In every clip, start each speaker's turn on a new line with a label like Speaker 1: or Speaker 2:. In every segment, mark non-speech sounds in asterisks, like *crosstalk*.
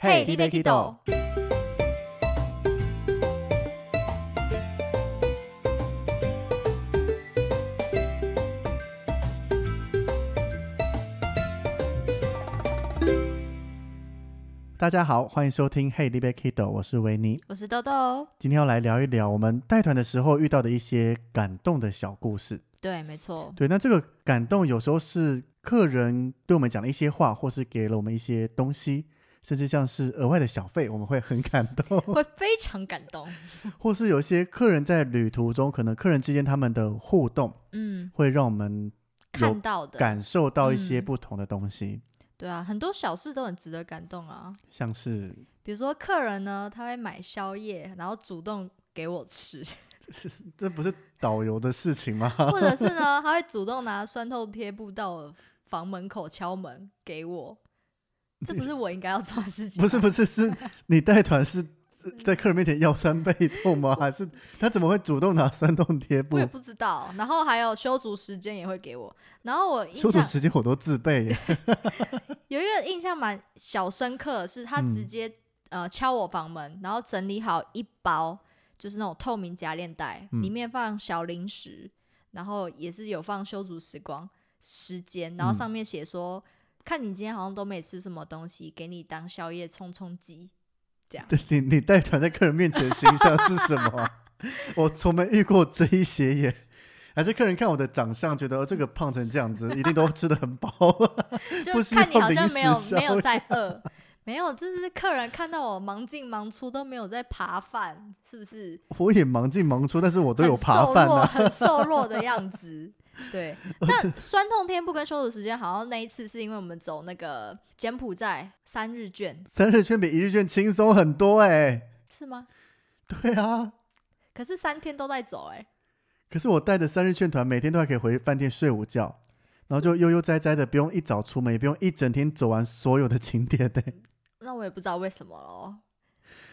Speaker 1: 嘿，你别 Kido。大家好，欢迎收听《Hey, l i b e Kido》，我是维尼。
Speaker 2: 我是豆豆。
Speaker 1: 今天要来聊一聊我们带团的时候遇到的一些感动的小故事。
Speaker 2: 对，没错，
Speaker 1: 对，那这个感动有时候是客人对我们讲的一些话，或是给了我们一些东西，甚至像是额外的小费，我们会很感动。 *laughs*
Speaker 2: 会非常感动。
Speaker 1: 或是有一些客人在旅途中，可能客人之间他们的互动，
Speaker 2: *laughs* 嗯，
Speaker 1: 会让我们
Speaker 2: 看
Speaker 1: 有
Speaker 2: 到的，
Speaker 1: 感受到一些
Speaker 2: 嗯
Speaker 1: 不同的东西，
Speaker 2: 对啊，很多小事都很值得感动啊。
Speaker 1: 像是
Speaker 2: 比如说客人呢，他会买宵夜，然后主动给我 *laughs* 吃，
Speaker 1: 这不是导游的事情吗？ *laughs*
Speaker 2: 或者是呢，他会主动拿酸痛贴布到我房门口敲门给我。这不是我应该要做的事 *laughs* 情吗，
Speaker 1: 不是不是，是你带团是
Speaker 2: 嗯
Speaker 1: 在客人面前腰酸背痛吗？还是他怎么会主动拿酸痛贴布
Speaker 2: 我也？不知道。然后还有修足时间也会给我，然后我印
Speaker 1: 休息
Speaker 2: 象
Speaker 1: 时间我都自备耶，
Speaker 2: 有一个印象蛮小深刻的是，他直
Speaker 1: 嗯
Speaker 2: 接、呃敲我房门，然后整理好一包就是那种透明夹链袋，
Speaker 1: 嗯
Speaker 2: 里面放小零食，然后也是有放修足时光时间，然后
Speaker 1: 嗯
Speaker 2: 上面写说。看你今天好像都没吃什么东西，给你当宵夜充
Speaker 1: *laughs*
Speaker 2: 充饥。
Speaker 1: 对你你带团在客人面前的形象是什么
Speaker 2: *laughs*
Speaker 1: 啊？我从没遇过这一些耶。还是客人看我的长相，觉得、哦、这个胖成这样子，一定都吃的很饱。啊
Speaker 2: 就
Speaker 1: 不需
Speaker 2: 看你
Speaker 1: 要
Speaker 2: 好
Speaker 1: 零
Speaker 2: 像
Speaker 1: 食
Speaker 2: 没有
Speaker 1: 宵
Speaker 2: 没有
Speaker 1: 夜
Speaker 2: 在饿，没有，就是客人看到我忙进忙出都没有在扒饭，是不是？
Speaker 1: *laughs* 我也忙进忙出，但是我都有
Speaker 2: 很
Speaker 1: 扒
Speaker 2: 瘦
Speaker 1: 饭
Speaker 2: 弱、
Speaker 1: 啊。
Speaker 2: 很瘦弱的样子。
Speaker 1: *laughs*
Speaker 2: 对，那酸痛天不跟休息时间，好像那一次是因为我们走那个柬埔寨三日券，
Speaker 1: 三日券比一日券轻松很多哎。
Speaker 2: 是吗？
Speaker 1: 对啊，
Speaker 2: 可是三天都在走、欸，哎，
Speaker 1: 可是我带的三日券团，每天都还可以回饭店睡午觉，然后就悠悠哉哉的，不用一早出门，也不用一整天走完所有的景点呢。 *laughs*
Speaker 2: 那我也不知道为什么咯，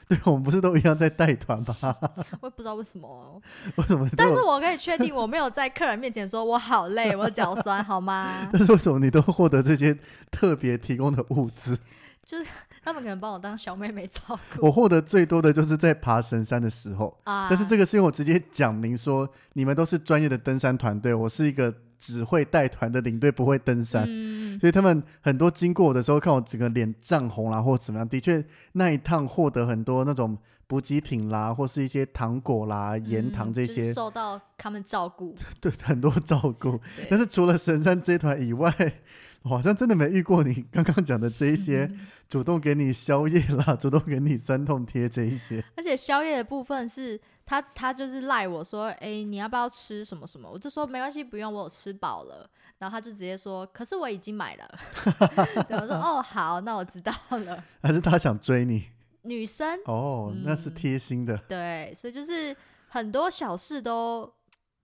Speaker 1: 对，我们不是都一样在带团吗？ *laughs*
Speaker 2: 我也不知道为什么哦。
Speaker 1: 为什么都
Speaker 2: 但
Speaker 1: 有？
Speaker 2: 是我可以确定，我没有在客人面前说我好累，我脚酸，好 *laughs* 吗？
Speaker 1: 但是为什么你都获得这些特别提供的物
Speaker 2: *laughs*
Speaker 1: 资？
Speaker 2: 他们可能把我当小妹妹照顾
Speaker 1: 我获得最多的就是在爬神山的时候，
Speaker 2: 啊。
Speaker 1: 但是这个是因为我直接讲明说，你们都是专业的登山团队，我是一个只会带团的领队，不会登山。
Speaker 2: 嗯，
Speaker 1: 所以他们很多经过我的时候，看我整个脸涨红啦，或怎么样，的确那一趟获得很多那种补给品啦，或是一些糖果啦、盐糖
Speaker 2: 嗯
Speaker 1: 这
Speaker 2: 就是
Speaker 1: 些，
Speaker 2: 受到他们照顾。
Speaker 1: 对很多照顾。
Speaker 2: 对
Speaker 1: 但是除了神山这一团以外，我好像真的没遇过你刚刚讲的这一些、
Speaker 2: 嗯
Speaker 1: 主动给你宵夜啦，主动给你酸痛贴这一些。
Speaker 2: 而且宵夜的部分是他，他就是赖我说，哎、你要不要吃什么什么？我就说没关系，不用，我有吃饱了。然后他就直接说，可是我已经买了。对，我说哦，好，那我知道了。
Speaker 1: 还是他想追你
Speaker 2: 女生
Speaker 1: 哦，那是
Speaker 2: 嗯
Speaker 1: 贴心的。
Speaker 2: 对，所以就是很多小事都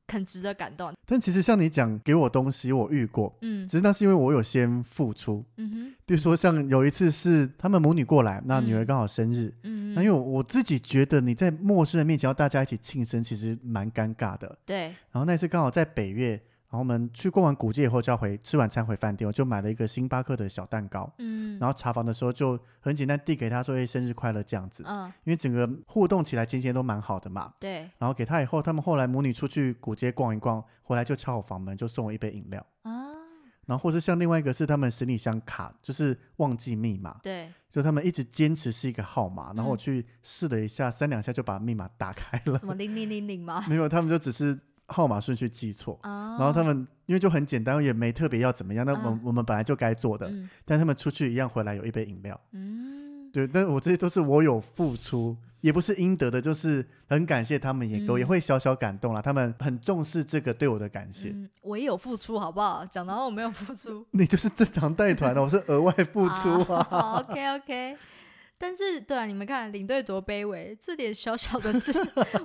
Speaker 2: 很值得感动。
Speaker 1: 但其实像你讲给我东西，我遇过，
Speaker 2: 嗯
Speaker 1: 只是那是因为我有先付出。
Speaker 2: 嗯
Speaker 1: 比如说像有一次是他们母女过来，那
Speaker 2: 嗯
Speaker 1: 女儿刚好生日，
Speaker 2: 哼嗯
Speaker 1: 那
Speaker 2: 哼，
Speaker 1: 因为我我自己觉得你在陌生人面前要大家一起庆生，其实蛮尴尬的。
Speaker 2: 对，
Speaker 1: 然后那次刚好在北岳，然后我们去逛完古街以后就要回吃晚餐回饭店，我就买了一个星巴克的小蛋糕，
Speaker 2: 嗯，
Speaker 1: 然后查房的时候就很简单递给他说：“哎，生日快乐！”这样子，
Speaker 2: 嗯，
Speaker 1: 因为整个互动起来情节都蛮好的嘛。
Speaker 2: 对
Speaker 1: 然后给他以后，他们后来母女出去古街逛一逛，回来就敲我房门，就送我一杯饮料。
Speaker 2: 啊，
Speaker 1: 然后或是像另外一个是他们行李箱卡，就是忘记密码，
Speaker 2: 对，
Speaker 1: 就他们一直坚持是一个号码，然后我
Speaker 2: 嗯
Speaker 1: 去试了一下，三两下就把密码打开了
Speaker 2: 什，么零零零零吗？
Speaker 1: *laughs* 没有，他们就只是号码顺序记错。
Speaker 2: 啊，
Speaker 1: 然后他们因为就很简单，也没特别要怎么样，那我
Speaker 2: 嗯
Speaker 1: 我们本来就该做的，
Speaker 2: 嗯
Speaker 1: 但他们出去一样回来有一杯饮料。
Speaker 2: 嗯，
Speaker 1: 对，但我这些都是我有付出，也不是应得的，就是很感谢他们也给我，
Speaker 2: 嗯
Speaker 1: 也会小小感动啦。他们很重视这个对我的感谢。
Speaker 2: 嗯，我也有付出，好不好？讲到我没有付出，
Speaker 1: 你就是正常带团啊的，我是额外付出啊。
Speaker 2: *laughs* 啊。OK OK，但是对啊，你们看领队多卑微，这点小小
Speaker 1: *laughs*
Speaker 2: 的事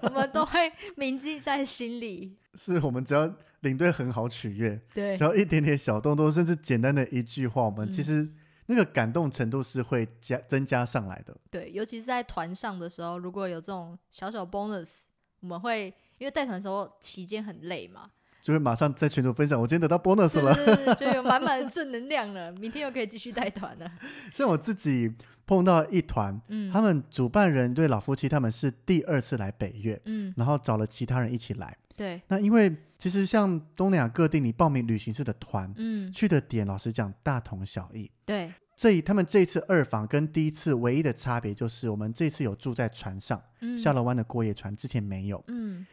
Speaker 2: 我们都会铭记在心里。
Speaker 1: 是我们只要领队很好取悦，
Speaker 2: 对嗯
Speaker 1: 只，要一点点小动作，甚至简单的一句话，我们其实那个感动程度是会加增加上来的。
Speaker 2: 对，尤其是在团上的时候，如果有这种小小 bonus，我们会因为带团的时候期间很累嘛，
Speaker 1: 就会马上在群组分享，我今天得到 bonus
Speaker 2: 对
Speaker 1: 了。
Speaker 2: 对对，就有满满的正能量了，明天又可以继续带
Speaker 1: *laughs*
Speaker 2: 团了。
Speaker 1: 像我自己碰到一团，
Speaker 2: 嗯
Speaker 1: 他们主办人对老夫妻他们是第二次来北越，
Speaker 2: 嗯，
Speaker 1: 然后找了其他人一起来。
Speaker 2: 对，
Speaker 1: 那因为其实像东南亚各地，你报名旅行社的团、
Speaker 2: 嗯
Speaker 1: 去的点，老实讲大同小异。
Speaker 2: 对，
Speaker 1: 这一他们这一次二访跟第一次唯一的差别就是，我们这次有住在船上，
Speaker 2: 嗯
Speaker 1: 下了湾的过夜船之前没有。
Speaker 2: 嗯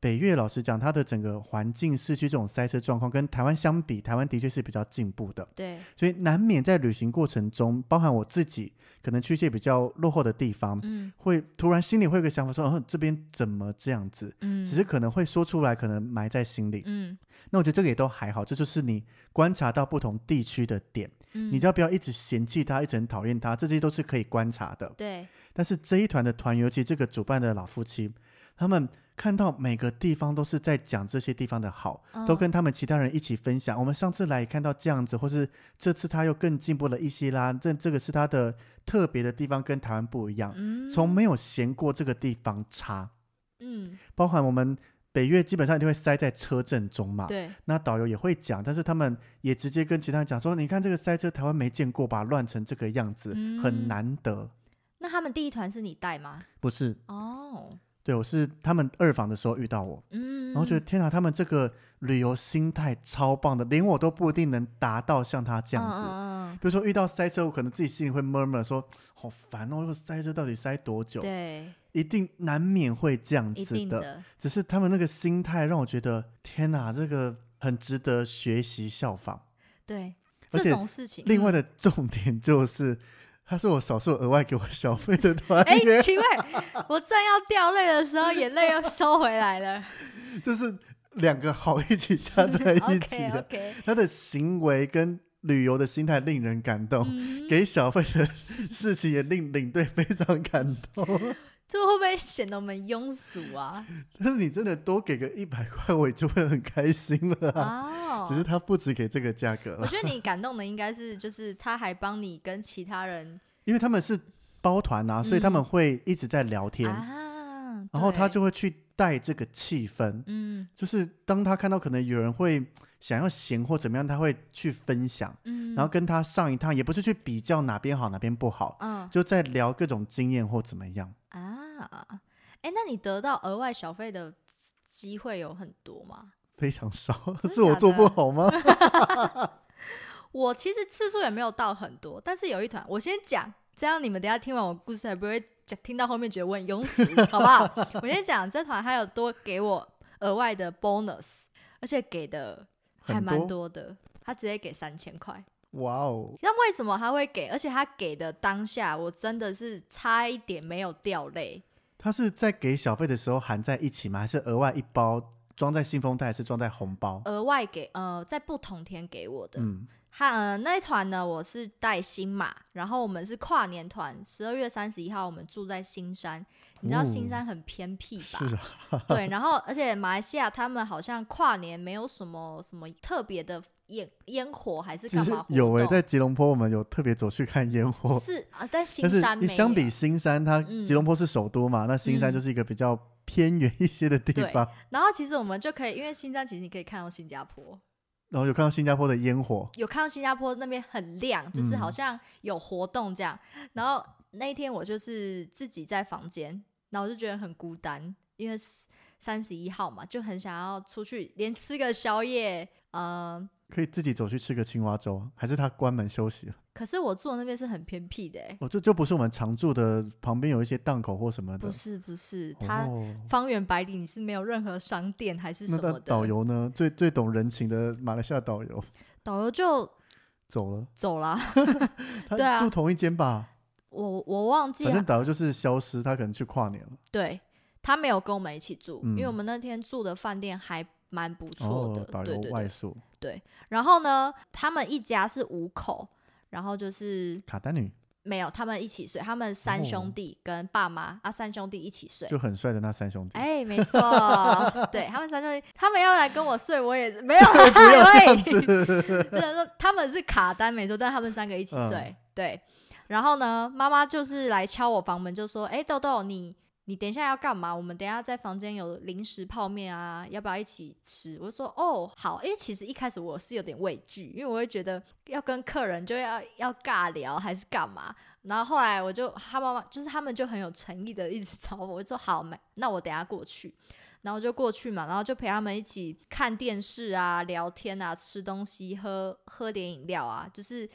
Speaker 1: 北越老实讲，它的整个环境、市区这种塞车状况跟台湾相比，台湾的确是比较进步的，
Speaker 2: 对，
Speaker 1: 所以难免在旅行过程中，包含我自己，可能去一些比较落后的地方，
Speaker 2: 嗯
Speaker 1: 会突然心里会有个想法说，哦，这边怎么这样子？
Speaker 2: 嗯，
Speaker 1: 只是可能会说出来，可能埋在心里。
Speaker 2: 嗯
Speaker 1: 那我觉得这个也都还好，这就是你观察到不同地区的点，
Speaker 2: 嗯，
Speaker 1: 你只要不要一直嫌弃它，一直很讨厌它，这些都是可以观察的。
Speaker 2: 对，
Speaker 1: 但是这一团的团员，尤其这个主办的老夫妻，他们看到每个地方都是在讲这些地方的好，
Speaker 2: 嗯
Speaker 1: 都跟他们其他人一起分享。我们上次来也看到这样子，或是这次他又更进步了一些啦。这这个是他的特别的地方，跟台湾不一样，
Speaker 2: 嗯
Speaker 1: 从没有嫌过这个地方差。
Speaker 2: 嗯
Speaker 1: 包含我们北越基本上一定会塞在车阵中嘛，
Speaker 2: 对，
Speaker 1: 那导游也会讲，但是他们也直接跟其他人讲说：“你看这个塞车，台湾没见过吧？乱成这个样子，很
Speaker 2: 嗯
Speaker 1: 难得。
Speaker 2: 那他们第一团是你带吗？”
Speaker 1: 不是，
Speaker 2: 哦，
Speaker 1: 对，我是他们二访的时候遇到我，
Speaker 2: 嗯，
Speaker 1: 然后觉得天哪，他们这个旅游心态超棒的，连我都不一定能达到像他这样子。
Speaker 2: 嗯嗯嗯
Speaker 1: 比如说遇到塞车，我可能自己心里会 murmur 说，好烦哦，这个塞车到底塞多久？
Speaker 2: 对，
Speaker 1: 一定难免会这样
Speaker 2: 一
Speaker 1: 子
Speaker 2: 定
Speaker 1: 的。
Speaker 2: 的，
Speaker 1: 只是他们那个心态让我觉得天哪，这个很值得学习效仿。
Speaker 2: 对，
Speaker 1: 而
Speaker 2: 这
Speaker 1: 且
Speaker 2: 种事情。
Speaker 1: 另外
Speaker 2: 嗯，
Speaker 1: 的重点就是，他是我少数额外给我小费的团
Speaker 2: 哎、
Speaker 1: 员，
Speaker 2: 请问我正要掉泪的时候，眼泪又收回
Speaker 1: *laughs*
Speaker 2: 来了。
Speaker 1: 就是两个好一起加
Speaker 2: *laughs*
Speaker 1: 在一起
Speaker 2: OK
Speaker 1: 的。
Speaker 2: OK，
Speaker 1: 他的行为跟旅游的心态令人感动，
Speaker 2: 嗯，
Speaker 1: 给小费的事情也令领队非常感动。 *laughs*
Speaker 2: 这会不会显得我们庸俗啊？
Speaker 1: 但是你真的多给个一百块，我也就会很开心了 *laughs* 啊、
Speaker 2: 哦，
Speaker 1: 只是他不止给这个价格
Speaker 2: 我
Speaker 1: 了，
Speaker 2: 觉得你感动的应该是，就是他还帮你跟其
Speaker 1: *laughs*
Speaker 2: 他人
Speaker 1: 因为他们是包团啊，所以他
Speaker 2: 嗯
Speaker 1: 们会一直在聊天，
Speaker 2: 啊，
Speaker 1: 然后他
Speaker 2: 对
Speaker 1: 就会去带这个气氛。
Speaker 2: 嗯
Speaker 1: 就是当他看到可能有人会想要闲或怎么样，他会去分享，
Speaker 2: 嗯，
Speaker 1: 然后跟他上一趟，也不是去比较哪边好哪边不好，
Speaker 2: 嗯
Speaker 1: 就在聊各种经验或怎么样。
Speaker 2: 啊，哎，那你得到额外小费的机会有很多吗？
Speaker 1: 非常少，
Speaker 2: 真的
Speaker 1: 是我
Speaker 2: 假
Speaker 1: 做不
Speaker 2: 的
Speaker 1: 好吗？ *laughs*
Speaker 2: 我其实次数也没有到很多，但是有一团，我先讲，这样你们等一下听完我故事，还不会讲听到后面觉得我很庸俗，好不好？我先讲，这团还有多给我额外的 bonus，而且给的还
Speaker 1: 很
Speaker 2: 蛮
Speaker 1: 多
Speaker 2: 多的，他直接给三千块。
Speaker 1: 哇哦，
Speaker 2: 那为什么他会给？而且他给的当下，我真的是差一点没有掉泪。
Speaker 1: 他是在给小费的时候含在一起吗？还是额外一包装在信封袋，还是装在红包？
Speaker 2: 额外给呃，在不同天给我的。
Speaker 1: 嗯，
Speaker 2: 他呃那一团呢，我是带新马，然后我们是跨年团，十二月三十一号我们住在新山，你知道
Speaker 1: 哦
Speaker 2: 新山很偏僻吧？
Speaker 1: 是啊，
Speaker 2: 对，然后而且马来西亚他们好像跨年没有什么什么特别的烟烟火还是
Speaker 1: 其
Speaker 2: 干
Speaker 1: 实
Speaker 2: 嘛活
Speaker 1: 有诶、欸
Speaker 2: 动
Speaker 1: 在吉隆坡我们有特别走去看烟火，
Speaker 2: 是啊，但新
Speaker 1: 但是
Speaker 2: 山没
Speaker 1: 你
Speaker 2: 有。
Speaker 1: 相比新山，它
Speaker 2: 嗯
Speaker 1: 吉隆坡是首都嘛，那新山
Speaker 2: 嗯
Speaker 1: 就是一个比较偏远一些的地
Speaker 2: 对
Speaker 1: 方，
Speaker 2: 然后其实我们就可以，因为新山其实你可以看到新加坡，
Speaker 1: 然后有看到新加坡的烟火，
Speaker 2: 有看到新加坡那边很亮，就是
Speaker 1: 嗯
Speaker 2: 好像有活动这样。然后那一天我就是自己在房间，然后我就觉得很孤单，因为三十一号嘛，就很想要出去，连吃个宵夜，呃。
Speaker 1: 可以自己走去吃个青蛙粥啊，还是它关门休息了？
Speaker 2: 可是我住的那边是很偏僻的、欸，
Speaker 1: 哦，这就不是我们常住的，旁边有一些档口或什么的。
Speaker 2: 不是不是，它
Speaker 1: 哦，
Speaker 2: 方圆百里你是没有任何商店还是什
Speaker 1: 那
Speaker 2: 么
Speaker 1: 那
Speaker 2: 的。
Speaker 1: 导游呢？最最懂人情的马来西亚导游
Speaker 2: 导游就
Speaker 1: 走了，
Speaker 2: 走了，对 *laughs*
Speaker 1: 他
Speaker 2: 啊
Speaker 1: 住同一间吧？
Speaker 2: 我我忘记
Speaker 1: 反正
Speaker 2: 了，
Speaker 1: 导游就是消失，他可能去跨年了。
Speaker 2: 对他没有跟我们一起住，因为
Speaker 1: 嗯
Speaker 2: 我们那天住的饭店还蛮不错的，
Speaker 1: 哦，导
Speaker 2: 对
Speaker 1: 游
Speaker 2: 对
Speaker 1: 外
Speaker 2: 对。
Speaker 1: 宿，
Speaker 2: 然后呢，他们一家是五口，然后就是
Speaker 1: 卡丹女
Speaker 2: 没有他们一起睡，他们三
Speaker 1: 哦
Speaker 2: 兄弟跟爸妈、啊三兄弟一起睡。
Speaker 1: 就很帅的那三兄弟。
Speaker 2: 哎，没错， *laughs* 对他们三兄弟，他们要来跟我睡，我也是没有，不
Speaker 1: *laughs* 不要这
Speaker 2: 要
Speaker 1: 样子，
Speaker 2: 他们是卡单没错，但他们三个一起
Speaker 1: 嗯
Speaker 2: 睡，对。然后呢，妈妈就是来敲我房门，就说：“哎、豆豆，你你等一下要干嘛？我们等一下在房间有零食泡面啊，要不要一起吃？”我就说：“哦，好。”因为其实一开始我是有点畏惧，因为我会觉得要跟客人就要要尬聊还是干嘛。然后后来我就他妈妈就是他们就很有诚意的一直找我，我就说：“好，没，那我等一下过去。”然后就过去嘛，然后就陪他们一起看电视啊、聊天啊、吃东西、喝喝点饮料啊，就是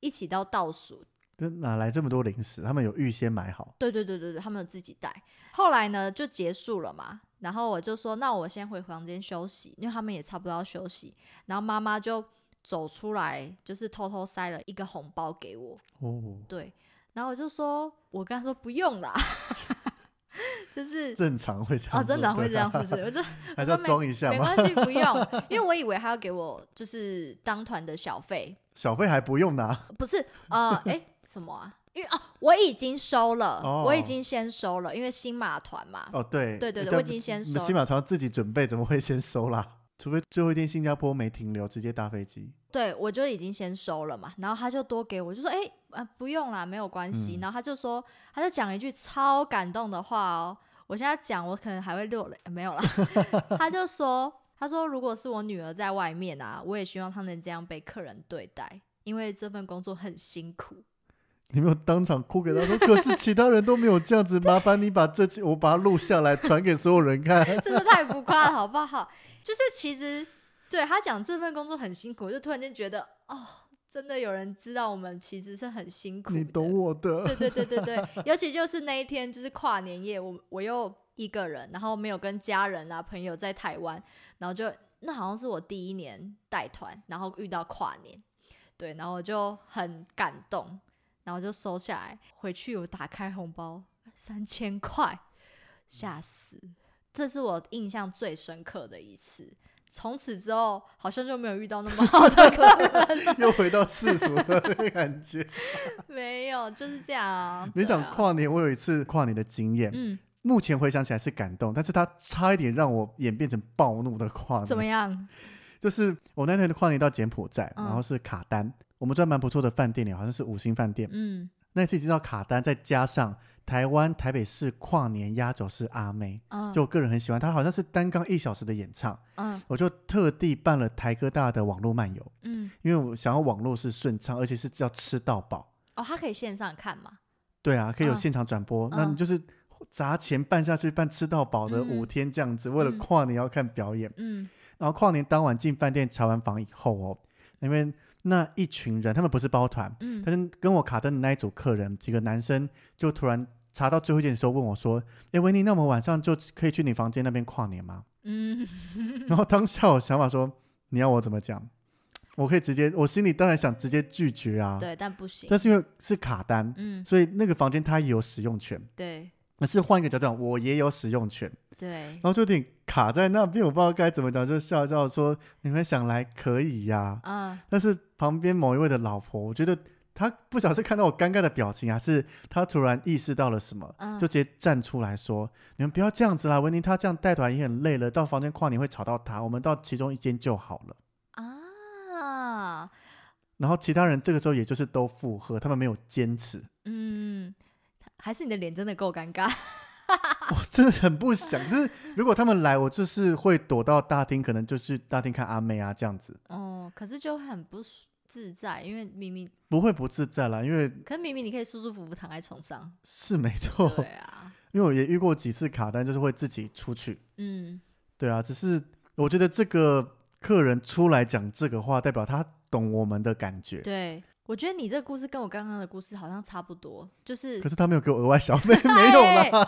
Speaker 2: 一起到倒数。
Speaker 1: 就哪来这么多零食？他们有预先买好，
Speaker 2: 对对对对对，他们有自己带。后来呢，就结束了嘛。然后我就说，那我先回房间休息，因为他们也差不多要休息。然后妈妈就走出来，就是偷偷塞了一个红包给我。
Speaker 1: 哦，
Speaker 2: 对，然后我就说，我跟他说不用啦， *laughs* 就是
Speaker 1: 正常会这样
Speaker 2: 哦，
Speaker 1: 做。
Speaker 2: 真的会这
Speaker 1: 对啊
Speaker 2: 样，是不是？？我就
Speaker 1: 还是要装一下
Speaker 2: 没
Speaker 1: 嘛，
Speaker 2: 关系，
Speaker 1: *laughs*
Speaker 2: 不用，因为我以为他要给我就是当团的小费，
Speaker 1: 小费还不用拿，
Speaker 2: 不是呃，哎、什么啊？因为哦，我已经收了，
Speaker 1: 哦
Speaker 2: 我已经先收了，因为新马团嘛，
Speaker 1: 哦，对，
Speaker 2: 对对对
Speaker 1: 但
Speaker 2: 我已经先
Speaker 1: 你们
Speaker 2: 收
Speaker 1: 新马团自己准备，怎么会先收啦？除非最后一天新加坡没停留，直接搭飞机。
Speaker 2: 对我就已经先收了嘛，然后他就多给我，就说哎、啊不用啦，没有关系。
Speaker 1: 嗯
Speaker 2: 然后他就说，他就讲一句超感动的话哦，我现在讲我可能还会流泪，没有啦。 *laughs* 他就说，他说如果是我女儿在外面啊，我也希望她能这样被客人对待，因为这份工作很辛苦。
Speaker 1: 你没有当场哭给他说，可是其他人都没有这样
Speaker 2: *laughs*
Speaker 1: 子，麻烦你把这期我把它录下来，传给所有人看。
Speaker 2: *laughs* 真的太浮夸了，好不好？就是其实对他讲这份工作很辛苦，我就突然间觉得哦，真的有人知道我们其实是很辛苦的。
Speaker 1: 你懂我的，。
Speaker 2: 对对对对对，尤其就是那一天就是跨年夜，我我又一个人，然后没有跟家人啊朋友在台湾，然后就那好像是我第一年带团，然后遇到跨年，对，然后我就很感动，然后就收下来，回去我打开红包三千块，吓死！这是我印象最深刻的一次。从此之后，好像就没有遇到那么好的 *laughs* 客人了
Speaker 1: 又回到世俗的感
Speaker 2: *laughs*
Speaker 1: 觉。
Speaker 2: 没有，就是这样啊。
Speaker 1: 你
Speaker 2: 对
Speaker 1: 讲
Speaker 2: 啊，
Speaker 1: 跨年，我有一次跨年的经验，
Speaker 2: 嗯，
Speaker 1: 目前回想起来是感动，但是它差一点让我演变成暴怒的跨年。
Speaker 2: 怎么样？
Speaker 1: 就是我那天的跨年到柬埔寨，
Speaker 2: 嗯
Speaker 1: 然后是卡丹，我们住在蛮不错的饭店里，好像是五星饭店。
Speaker 2: 嗯，
Speaker 1: 那次已经到卡丹，再加上台湾台北市跨年压轴是阿妹，
Speaker 2: 嗯
Speaker 1: 就我个人很喜欢她，好像是单刚一小时的演唱，
Speaker 2: 嗯
Speaker 1: 我就特地办了台科大的网络漫游，
Speaker 2: 嗯，
Speaker 1: 因为我想要网络是顺畅，而且是要吃到饱。
Speaker 2: 哦，他可以线上看嘛？
Speaker 1: 对啊，可以有
Speaker 2: 嗯
Speaker 1: 现场转播，那
Speaker 2: 嗯
Speaker 1: 你就是砸钱办下去，办吃到饱的
Speaker 2: 嗯
Speaker 1: 五天这样子，为了
Speaker 2: 嗯
Speaker 1: 跨年要看表演。
Speaker 2: 嗯
Speaker 1: 然后跨年当晚进饭店查完房以后哦，因为那一群人他们不是包团，
Speaker 2: 嗯
Speaker 1: 但是跟我卡登的那一组客人几个男生就突然查到最后一件的时候问我说：“诶，维尼，那我们晚上就可以去你房间那边跨年吗
Speaker 2: 嗯，？”
Speaker 1: 然后当下我想法说：“你要我怎么讲？我可以直接，我心里当然想直接拒绝啊。
Speaker 2: 对，但不行。
Speaker 1: 但是因为是卡单，
Speaker 2: 嗯，
Speaker 1: 所以那个房间他也有使用权。
Speaker 2: 对
Speaker 1: 可是换一个角度讲，我也有使用权。”
Speaker 2: 对
Speaker 1: 然，后就有点卡在那边，我不知道该怎么讲，就笑笑说：“你们想来可以呀、
Speaker 2: 嗯
Speaker 1: 但是旁边某一位的老婆，我觉得她不晓得是看到我尴尬的表情，还是她突然意识到了什么，
Speaker 2: 嗯
Speaker 1: 就直接站出来说：“你们不要这样子啦，维尼他这样带团也很累了，到房间跨年会吵到他，我们到其中一间就好了。
Speaker 2: 啊，”
Speaker 1: 然后其他人这个时候也就是都附和，他们没有坚持，
Speaker 2: 嗯，还是你的脸真的够尴尬。
Speaker 1: 我真的很不想。就是如果他们来，我就是会躲到大厅，可能就去大厅看阿妹啊这样子，
Speaker 2: 哦，可是就很不舒自在，因为明明，
Speaker 1: 不会不自在啦，因为
Speaker 2: 可是明明你可以舒舒服服躺在床上。
Speaker 1: 是没错，
Speaker 2: 对啊，
Speaker 1: 因为我也遇过几次卡单，就是会自己出去。
Speaker 2: 嗯，
Speaker 1: 对啊，只是我觉得这个客人出来讲这个话，代表他懂我们的感觉。
Speaker 2: 对，我觉得你这个故事跟我刚刚的故事好像差不多，就是
Speaker 1: 可是他没有给我额外小费， *laughs* 没有啦。
Speaker 2: 啦，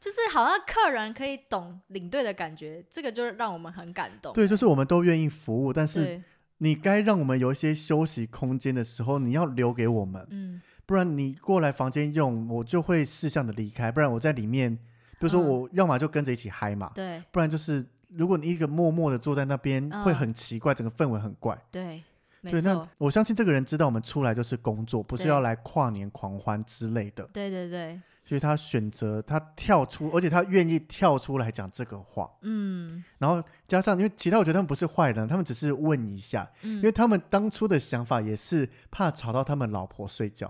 Speaker 2: 就是好像客人可以懂领队的感觉，这个就是让我们很感动。
Speaker 1: 对，就是我们都愿意服务，但是
Speaker 2: 对，
Speaker 1: 你该让我们有一些休息空间的时候，你要留给我们。
Speaker 2: 嗯
Speaker 1: 不然你过来房间用，我就会适当的离开，不然我在里面，比如说
Speaker 2: 嗯
Speaker 1: 我要么就跟着一起嗨嘛，
Speaker 2: 对
Speaker 1: 不然就是如果你一个默默的坐在那边，
Speaker 2: 嗯
Speaker 1: 会很奇怪，整个氛围很怪。
Speaker 2: 对，没
Speaker 1: 对，那
Speaker 2: 错，
Speaker 1: 我相信这个人知道我们出来就是工作，不是
Speaker 2: 对
Speaker 1: 要来跨年狂欢之类的，
Speaker 2: 对对对，
Speaker 1: 所以他选择他跳出，而且他愿意跳出来讲这个话。
Speaker 2: 嗯
Speaker 1: 然后加上，因为其他我觉得他们不是坏人，他们只是问一下，因
Speaker 2: 嗯
Speaker 1: 为他们当初的想法也是怕吵到他们老婆睡觉，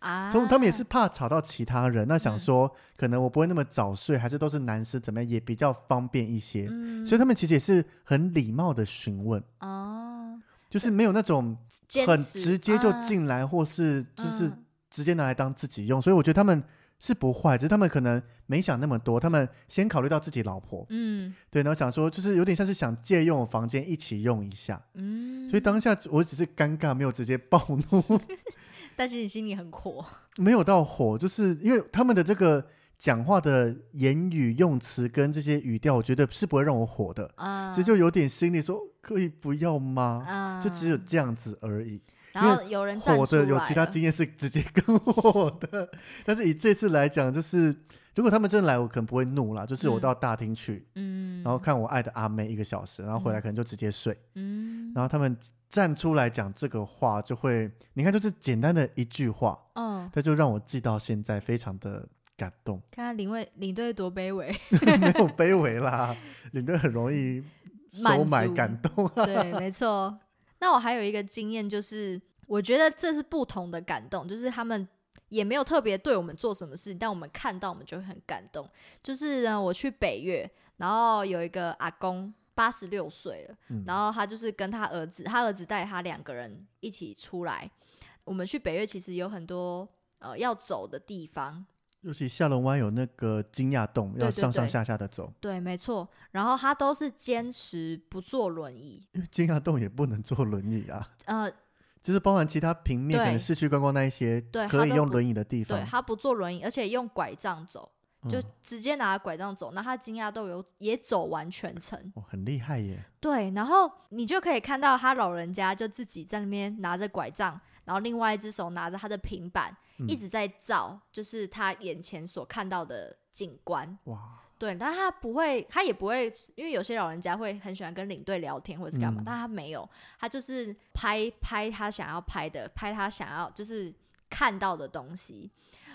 Speaker 2: 啊，嗯
Speaker 1: 所以他们也是怕吵到其他人。那想说，可能我不会那么早睡，还是都是男生怎么样，也比较方便一些。
Speaker 2: 嗯，
Speaker 1: 所以他们其实也是很礼貌的询问，
Speaker 2: 哦，
Speaker 1: 就是没有那种
Speaker 2: 坚
Speaker 1: 很
Speaker 2: 持
Speaker 1: 直接就
Speaker 2: 啊
Speaker 1: 进来，或是就是
Speaker 2: 嗯
Speaker 1: 直接拿来当自己用。所以我觉得他们是不坏，只是他们可能没想那么多，他们先考虑到自己老婆。
Speaker 2: 嗯
Speaker 1: 对，然后想说就是有点像是想借用我房间一起用一下，
Speaker 2: 嗯，
Speaker 1: 所以当下我只是尴尬，没有直接暴怒， *laughs*
Speaker 2: 但是你心里很火，
Speaker 1: 没有到火，就是因为他们的这个讲话的言语用词跟这些语调，我觉得是不会让我火的，
Speaker 2: 啊，
Speaker 1: 其实就有点心里说可以不要吗？
Speaker 2: 啊，
Speaker 1: 就只有这样子而已。
Speaker 2: 然后有人站
Speaker 1: 火
Speaker 2: 出
Speaker 1: 的
Speaker 2: 来
Speaker 1: 哦有其他
Speaker 2: 了
Speaker 1: 经验是直接跟我的， *laughs* 但是以这次来讲，就是如果他们真的来，我可能不会怒啦，就是我
Speaker 2: 嗯
Speaker 1: 到大厅去，
Speaker 2: 嗯，
Speaker 1: 然后看我爱的阿妹一个小时，然后回来
Speaker 2: 嗯
Speaker 1: 可能就直接睡。
Speaker 2: 嗯
Speaker 1: 然后他们站出来讲这个话，就会你看，就是简单的一句话，
Speaker 2: 哦，
Speaker 1: 他就让我记到现在，非常的感动， *laughs*
Speaker 2: 看看领位领队多卑微，
Speaker 1: 没有卑微啦，领队很容易收买
Speaker 2: *laughs* 满足
Speaker 1: 感
Speaker 2: *laughs*
Speaker 1: 动啊。
Speaker 2: 对，没错。那我还有一个经验，就是我觉得这是不同的感动，就是他们也没有特别对我们做什么事，但我们看到我们就会很感动。就是呢，我去北越，然后有一个阿公。八十六岁了，
Speaker 1: 嗯
Speaker 2: 然后他就是跟他儿子，他儿子带他两个人一起出来。我们去北越其实有很多呃要走的地方，
Speaker 1: 尤其下龙湾有那个惊讶洞，
Speaker 2: 对
Speaker 1: 要
Speaker 2: 对
Speaker 1: 上上
Speaker 2: 对
Speaker 1: 下下的走，
Speaker 2: 对，没错。然后他都是坚持不坐轮椅，
Speaker 1: 因为惊讶洞也不能坐轮椅啊，
Speaker 2: 呃，
Speaker 1: 就是包含其他平面，
Speaker 2: 对
Speaker 1: 可能市区观光那一些
Speaker 2: 对
Speaker 1: 可以
Speaker 2: 它都
Speaker 1: 用
Speaker 2: 不
Speaker 1: 轮椅的地
Speaker 2: 对
Speaker 1: 方，
Speaker 2: 他不坐轮椅，而且用拐杖走，就
Speaker 1: 嗯
Speaker 2: 直接拿拐杖走。那他惊讶豆有也走完全程，
Speaker 1: 哦，很厉害耶。
Speaker 2: 对。然后你就可以看到他老人家就自己在那边拿着拐杖，然后另外一只手拿着他的平板，一
Speaker 1: 嗯
Speaker 2: 直在照，就是他眼前所看到的景观。
Speaker 1: 哇，
Speaker 2: 对，但他不会，他也不会，因为有些老人家会很喜欢跟领队聊天或者是干嘛，
Speaker 1: 嗯
Speaker 2: 但他没有，他就是拍拍他想要拍的，拍他想要就是看到的东西。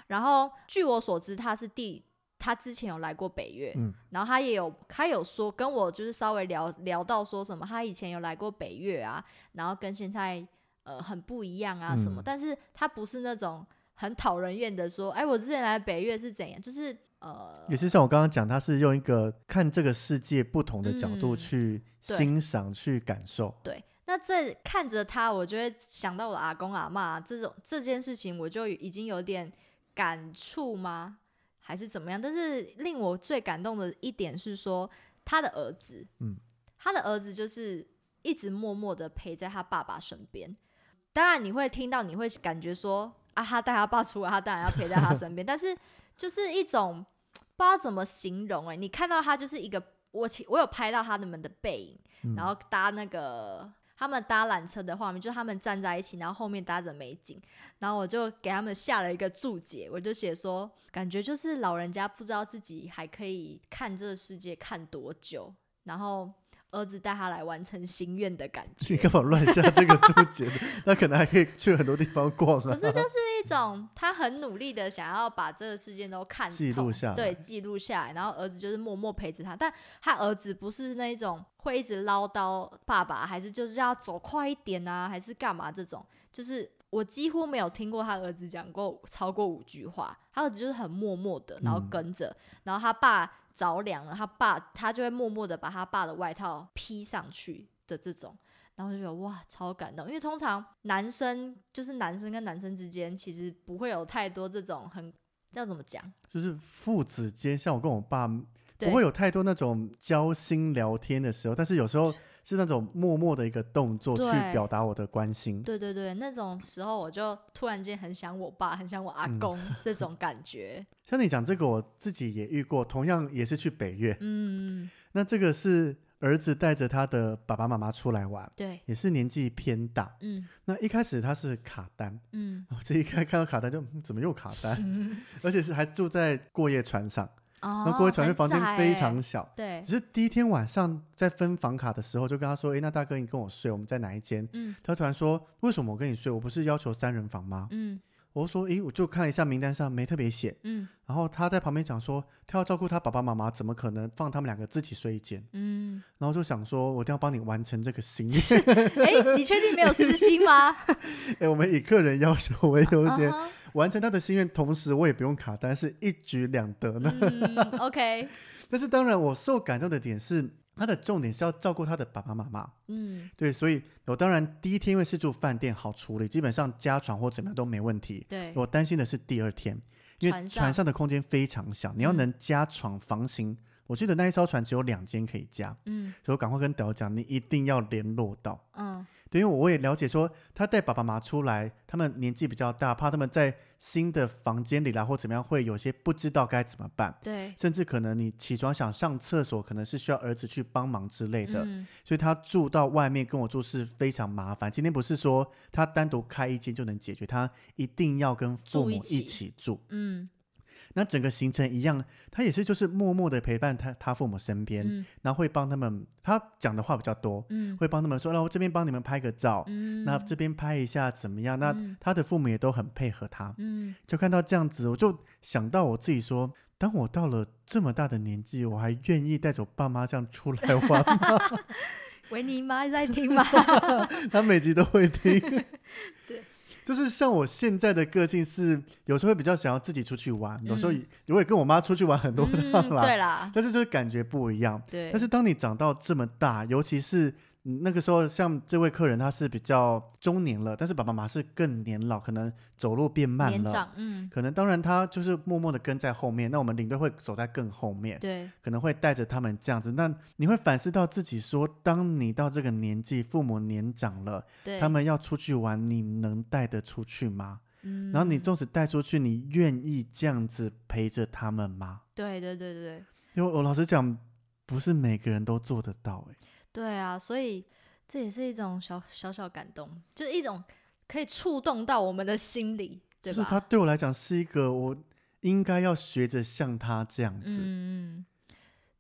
Speaker 2: 然后据我所知，他是第他之前有来过北越，
Speaker 1: 嗯
Speaker 2: 然后他也有他有说跟我就是稍微聊聊到说什么，他以前有来过北越啊，然后跟现在呃很不一样啊什么，
Speaker 1: 嗯
Speaker 2: 但是他不是那种很讨人厌的说，哎，我之前来北越是怎样，就是呃
Speaker 1: 也是像我刚刚讲，他是用一个看这个世界不同的角度
Speaker 2: 嗯
Speaker 1: 去
Speaker 2: 对
Speaker 1: 欣赏、去感受。
Speaker 2: 对，那这看着他，我就会想到我的阿公阿妈这种这件事情，我就已经有点感触吗？还是怎么样？但是令我最感动的一点是说，他的儿子，
Speaker 1: 嗯，
Speaker 2: 他的儿子就是一直默默的陪在他爸爸身边。当然，你会听到，你会感觉说啊，他带他爸出来，他当然要陪在他身边。 *laughs* 但是就是一种不知道怎么形容哎、你看到他就是一个我其我有拍到他们的背影，
Speaker 1: 嗯
Speaker 2: 然后搭那个他们搭缆车的画面，就是他们站在一起，然后后面搭着美景，然后我就给他们下了一个注解，我就写说，感觉就是老人家不知道自己还可以看这个世界看多久，然后儿子带他来完成心愿的感
Speaker 1: 你 *laughs*
Speaker 2: 觉，
Speaker 1: 干嘛乱下这个注解呢？ *laughs* 那可能还可以去很多地方逛啊。
Speaker 2: 可是就是一种他很努力的想要把这个事件都看透
Speaker 1: 记录下来
Speaker 2: 对，记录下来，然后儿子就是默默陪着他，但他儿子不是那一种会一直唠叨爸爸，还是就是要走快一点啊，还是干嘛这种，就是。我几乎没有听过他儿子讲过超过五句话，他儿子就是很默默的，然后
Speaker 1: 嗯
Speaker 2: 跟着，然后他爸着凉了，他爸他就会默默的把他爸的外套披上去的这种，然后就觉得哇，超感动，因为通常男生就是男生跟男生之间，其实不会有太多这种很要怎么讲，
Speaker 1: *laughs* 就是父子间，像我跟我爸
Speaker 2: 对
Speaker 1: 不会有太多那种交心聊天的时候，但是有时候是那种默默的一个动作去
Speaker 2: 对
Speaker 1: 表达我的关心。
Speaker 2: 对对对，那种时候我就突然间很想我爸，很想我阿
Speaker 1: 嗯
Speaker 2: 公、这种感觉，
Speaker 1: 像你讲这个，我自己也遇过，同样也是去北越。
Speaker 2: 嗯，
Speaker 1: 那这个是儿子带着他的爸爸妈妈出来玩，
Speaker 2: 对，
Speaker 1: 也是年纪偏大。
Speaker 2: 嗯
Speaker 1: 那一开始他是卡单，
Speaker 2: 嗯
Speaker 1: 我这一看看到卡单就、嗯怎么又卡单，
Speaker 2: *laughs*
Speaker 1: 而且是还住在过夜船上，
Speaker 2: 哦，
Speaker 1: 然后过夜船的
Speaker 2: 很
Speaker 1: 房间
Speaker 2: 窄
Speaker 1: 非
Speaker 2: 欸
Speaker 1: 常小。
Speaker 2: 对，
Speaker 1: 只是第一天晚上在分房卡的时候，就跟他说：“诶，那大哥，你跟我睡，我们在哪一间？”
Speaker 2: 嗯
Speaker 1: 他突然说：“为什么我跟你睡？我不是要求三人房吗？”
Speaker 2: 嗯
Speaker 1: 我说：“诶，我就看了一下名单上没特别写。
Speaker 2: 嗯”
Speaker 1: 然后他在旁边讲说：“他要照顾他爸爸妈妈，怎么可能放他们两个自己睡一间 *laughs*
Speaker 2: 嗯，？”
Speaker 1: 然后就想说：“我一定要帮你完成这个心愿。
Speaker 2: *laughs* 哎，你确定没有私心吗？”
Speaker 1: 诶，我们以客人要求为优
Speaker 2: 啊
Speaker 1: 先，
Speaker 2: 哈
Speaker 1: 完成他的心愿，同时我也不用卡单，是一举两得呢。
Speaker 2: 嗯，OK，
Speaker 1: 但是当然，我受感动的点是，他的重点是要照顾他的爸爸妈妈。
Speaker 2: 嗯
Speaker 1: 对，所以我当然第一天因为是住饭店好处理，基本上加床或怎么样都没问题。
Speaker 2: 对，
Speaker 1: 我担心的是第二天，因为
Speaker 2: 船
Speaker 1: 船
Speaker 2: 上
Speaker 1: 上的空间非常小，你要
Speaker 2: 嗯
Speaker 1: 能加床房型，我记得那一艘船只有两间可以加，
Speaker 2: 嗯
Speaker 1: 所以我赶快跟导游讲，你一定要联络到。
Speaker 2: 嗯
Speaker 1: 对，因为我也了解说，他带爸爸妈妈出来，他们年纪比较大，怕他们在新的房间里啦或怎么样，会有些不知道该怎么办，
Speaker 2: 对
Speaker 1: 甚至可能你起床想上厕所，可能是需要儿子去帮忙之类的。
Speaker 2: 嗯
Speaker 1: 所以他住到外面跟我住是非常麻烦。今天不是说他单独开一间就能解决，他一定要跟父母
Speaker 2: 住一起
Speaker 1: 一起住。
Speaker 2: 嗯
Speaker 1: 那整个行程一样，他也是就是默默的陪伴他他父母身边，
Speaker 2: 嗯
Speaker 1: 然后会帮他们，他讲的话比较多，
Speaker 2: 嗯
Speaker 1: 会帮他们说，哦那我这边帮你们拍个照，
Speaker 2: 嗯，
Speaker 1: 那这边拍一下怎么样？那
Speaker 2: 嗯
Speaker 1: 他的父母也都很配合他。
Speaker 2: 嗯
Speaker 1: 就看到这样子，我就想到我自己说，当我到了这么大的年纪，我还愿意带着我爸妈这样出来玩
Speaker 2: *laughs*
Speaker 1: 吗？
Speaker 2: 维尼妈在
Speaker 1: *laughs*
Speaker 2: 听吗？
Speaker 1: 他每集都会听。
Speaker 2: *laughs* 对，
Speaker 1: 就是像我现在的个性是，有时候会比较想要自己出去玩，有时候
Speaker 2: 嗯
Speaker 1: 我也跟我妈出去玩很多趟
Speaker 2: 嗯
Speaker 1: 啦，
Speaker 2: 对啦，
Speaker 1: 但是就是感觉不一样。
Speaker 2: 对，
Speaker 1: 但是当你长到这么大，尤其是嗯那个时候，像这位客人他是比较中年了，但是爸爸妈妈是更年老，可能走路变慢
Speaker 2: 年
Speaker 1: 了。
Speaker 2: 长，嗯，
Speaker 1: 可能当然，他就是默默的跟在后面，那我们领队会走在更后面。
Speaker 2: 对，
Speaker 1: 可能会带着他们这样子，那你会反思到自己说，当你到这个年纪，父母年长了，
Speaker 2: 对，
Speaker 1: 他们要出去玩，你能带得出去吗？
Speaker 2: 嗯，
Speaker 1: 然后你纵使带出去，你愿意这样子陪着他们吗？
Speaker 2: 对对对对对
Speaker 1: 因为我老实讲，不是每个人都做得到、欸，
Speaker 2: 对啊，所以这也是一种小小小感动，就是一种可以触动到我们的心里，对
Speaker 1: 就是
Speaker 2: 吧？
Speaker 1: 他对我来讲是一个我应该要学着像他这样子，
Speaker 2: 嗯嗯，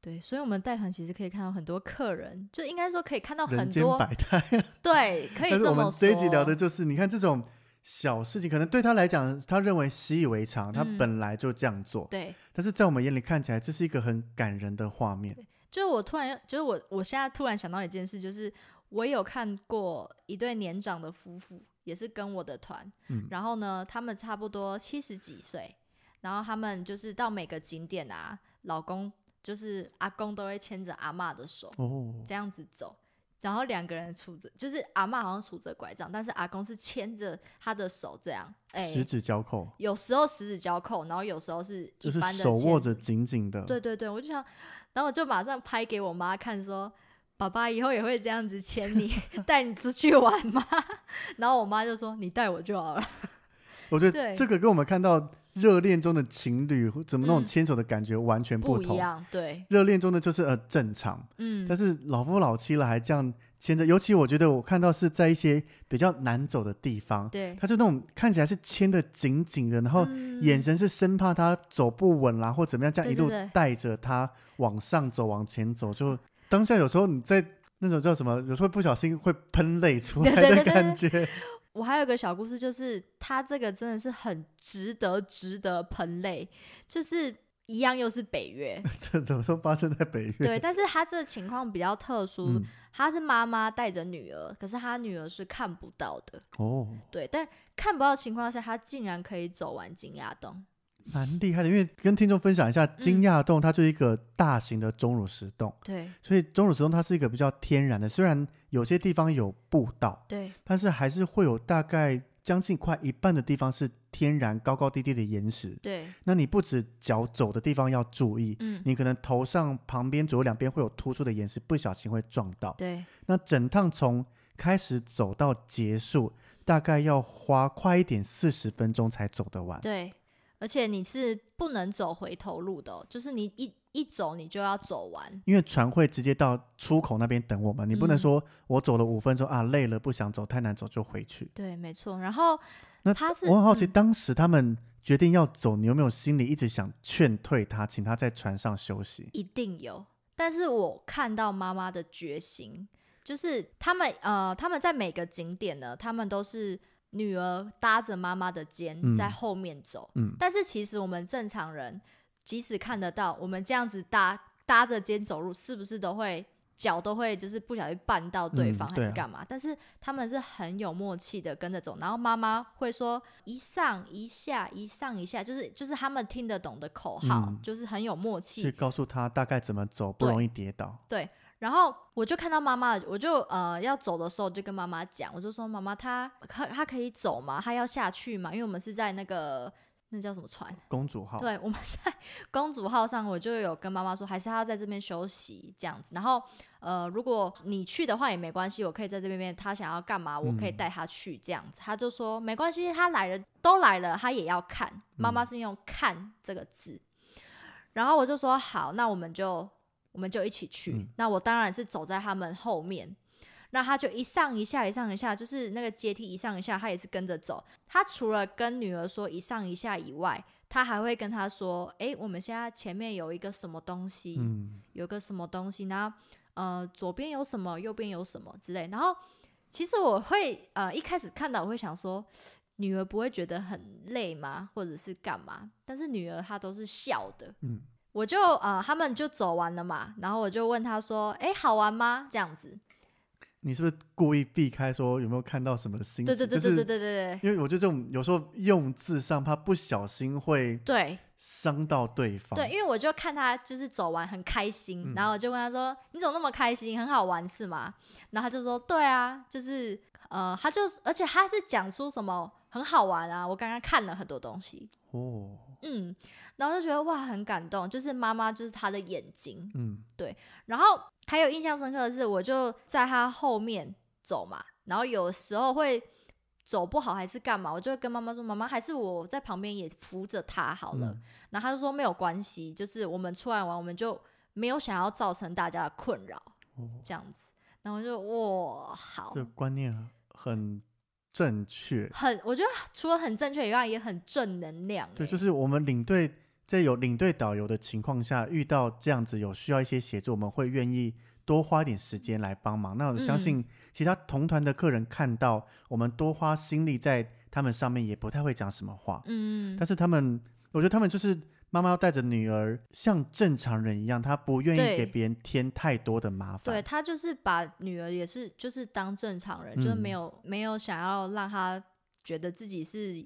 Speaker 2: 对，所以我们带团其实可以看到很多客人，就应该说可以看到
Speaker 1: 人
Speaker 2: 很
Speaker 1: 间
Speaker 2: 多，
Speaker 1: 百态。
Speaker 2: 对，可
Speaker 1: *laughs* 但
Speaker 2: 以
Speaker 1: 是
Speaker 2: 这
Speaker 1: 我
Speaker 2: 么
Speaker 1: 们
Speaker 2: 说。
Speaker 1: 这一集聊的就是，你看这种小事情，可能对他来讲，他认为习以为常，他
Speaker 2: 嗯
Speaker 1: 本来就这样做。
Speaker 2: 对，
Speaker 1: 但是在我们眼里看起来，这是一个很感人的画面。
Speaker 2: 就是我突然，就是我我现在突然想到一件事，就是我有看过一对年长的夫妇，也是跟我的团，
Speaker 1: 嗯
Speaker 2: 然后呢，他们差不多七十几岁，然后他们就是到每个景点啊，老公就是阿公都会牵着阿嬷的手
Speaker 1: 哦，
Speaker 2: 这样子走。然后两个人杵着，就是阿嬷好像杵着拐杖，但是阿公是牵着他的手这样，哎、
Speaker 1: 十指交扣，
Speaker 2: 有时候十指交扣，然后有时候是一
Speaker 1: 就是
Speaker 2: 般的
Speaker 1: 手握
Speaker 2: 牵
Speaker 1: 着紧紧的。
Speaker 2: 对对对，我就想，然后我就马上拍给我妈看说。爸爸以后也会这样子牵你， *laughs* 带你出去玩吗？ *laughs* 然后我妈就说：“你带我就好了。
Speaker 1: 我觉得
Speaker 2: 对
Speaker 1: 这个跟我们看到热恋中的情侣或怎么那种
Speaker 2: 嗯
Speaker 1: 牵手的感觉完全”
Speaker 2: 不一
Speaker 1: 同。
Speaker 2: 样，对，
Speaker 1: 热恋中的就是呃正常，
Speaker 2: 嗯
Speaker 1: 但，是老夫老妻了还这样牵着，尤其我觉得我看到是在一些比较难走的地方，
Speaker 2: 对，
Speaker 1: 他就那种看起来是牵的紧紧的，然后眼
Speaker 2: 嗯
Speaker 1: 神是生怕他走不稳啦，或怎么样，这样
Speaker 2: 对
Speaker 1: 一路
Speaker 2: 对嗯对
Speaker 1: 带着他往上走、往前走，就当下有时候你在那种叫什么，有时候不小心会喷泪出来
Speaker 2: 对对
Speaker 1: 的
Speaker 2: 对对
Speaker 1: 感觉。
Speaker 2: 我还有一个小故事，就是他这个真的是很值得值得喷泪，就是一样又是北
Speaker 1: *laughs*
Speaker 2: 越，
Speaker 1: 这怎么都发生在北越？
Speaker 2: 对，但是他这情况比较特殊，
Speaker 1: 嗯
Speaker 2: 他是妈妈带着女儿，可是他女儿是看不到的，
Speaker 1: 哦，
Speaker 2: 对，但看不到的情况下，他竟然可以走完金亚洞。
Speaker 1: 蛮厉害的。因为跟听众分享一下，
Speaker 2: 嗯
Speaker 1: 金亚洞它就是一个大型的钟乳石洞，
Speaker 2: 对
Speaker 1: 所以钟乳石洞它是一个比较天然的，虽然有些地方有步道，
Speaker 2: 对，
Speaker 1: 但是还是会有大概将近快一半的地方是天然高高低低的岩石。
Speaker 2: 对，
Speaker 1: 那你不止脚走的地方要注意，
Speaker 2: 嗯，
Speaker 1: 你可能头上旁边左右两边会有突出的岩石，不小心会撞到。
Speaker 2: 对，
Speaker 1: 那整趟从开始走到结束，大概要花快一点四十分钟才走得完。
Speaker 2: 对，而且你是不能走回头路的哦、就是你一一走你就要走完。
Speaker 1: 因为船会直接到出口那边等我们，你不能
Speaker 2: 嗯
Speaker 1: 说我走了五分钟啊，累了不想走，太难走就回去。
Speaker 2: 对，没错。然后
Speaker 1: 那
Speaker 2: 他是
Speaker 1: 我很好奇，
Speaker 2: 嗯
Speaker 1: 当时他们决定要走，你有没有心里一直想劝退他，请他在船上休息？
Speaker 2: 一定有，但是我看到妈妈的决心，就是他们呃，他们在每个景点呢，他们都是女儿搭着妈妈的肩
Speaker 1: 嗯
Speaker 2: 在后面走，
Speaker 1: 嗯
Speaker 2: 但是其实我们正常人即使看得到，我们这样子搭搭着肩走路，是不是都会？脚都会就是不小心绊到对
Speaker 1: 嗯
Speaker 2: 方、还
Speaker 1: 对
Speaker 2: 是
Speaker 1: 啊
Speaker 2: 干嘛，但是他们是很有默契的跟着走，然后妈妈会说一上一下一上一下，就是就是他们听得懂的口号，
Speaker 1: 嗯
Speaker 2: 就是很有默契
Speaker 1: 去。告诉他大概怎么走，不
Speaker 2: 对
Speaker 1: 容易跌倒。
Speaker 2: 然后我就看到妈妈，我就呃要走的时候就跟妈妈讲，我就说妈妈，她她她可以走吗？她要下去吗？因为我们是在那个那叫什么船？
Speaker 1: 公主号，
Speaker 2: 对，我们在 *laughs* 公主号上，我就有跟妈妈说，还是她要在这边休息这样子。然后呃，如果你去的话也没关系，我可以在这边，她想要干嘛，我可以
Speaker 1: 嗯
Speaker 2: 带她去这样子。她就说没关系，她来了都来了，她也要看。妈
Speaker 1: 嗯
Speaker 2: 妈是用“看”这个字，然后我就说好，那我们就我们就一起去。
Speaker 1: 嗯
Speaker 2: 那我当然是走在他们后面。那他就一上一下，一上一下，就是那个阶梯一上一下，他也是跟着走。他除了跟女儿说一上一下以外，他还会跟她说：“诶，我们现在前面有一个什么东西，
Speaker 1: 嗯，
Speaker 2: 有个什么东西，然后呃左边有什么，右边有什么之类。然后其实我会呃一开始看到我会想说，女儿不会觉得很累吗，或者是干嘛？但是女儿她都是笑的，
Speaker 1: 嗯，
Speaker 2: 我就呃他们就走完了嘛，然后我就问她说，诶，好玩吗？这样子，
Speaker 1: 你是不是故意避开说有没有看到什么新？
Speaker 2: 对对对
Speaker 1: 就
Speaker 2: 对
Speaker 1: 是
Speaker 2: 对对对对
Speaker 1: 因为我觉得这种有时候用字上，怕不小心会
Speaker 2: 对。
Speaker 1: 伤到对方。
Speaker 2: 对，因为我就看他就是走完很开心，
Speaker 1: 嗯
Speaker 2: 然后我就问他说：“你怎么那么开心？很好玩是吗？”然后他就说：“对啊，就是呃，他就而且他是讲出什么很好玩啊，我刚刚看了很多东西，
Speaker 1: 哦，
Speaker 2: 嗯，然后就觉得哇很感动，就是妈妈就是他的眼睛，
Speaker 1: 嗯，
Speaker 2: 然后还有印象深刻的是，我就在他后面走嘛，然后有时候会。”走不好还是干嘛？我就会跟妈妈说：“妈妈，还是我在旁边也扶着他好了。
Speaker 1: 嗯
Speaker 2: 然后他就说没有关系，就是我们出来玩，我们就没有想要造成大家的困扰
Speaker 1: 哦，
Speaker 2: 这样子。然后我就哇，好
Speaker 1: 这，观念很正确。
Speaker 2: 很我觉得除了很正确以外，也很正能量欸、
Speaker 1: 对，就是我们领队在有领队导游的情况下，遇到这样子有需要一些协助，我们会愿意多花一点时间来帮忙。那我
Speaker 2: 嗯
Speaker 1: 相信其他同团的客人看到我们多花心力在他们上面，也不太会讲什么话。
Speaker 2: 嗯
Speaker 1: 但，是他们，我觉得他们就是妈妈要带着女儿像正常人一样，她不愿
Speaker 2: 对
Speaker 1: 意给别人添太多的麻烦。
Speaker 2: 对他就是把女儿也是就是当正常人，就是没
Speaker 1: 嗯
Speaker 2: 有没有想要让她觉得自己是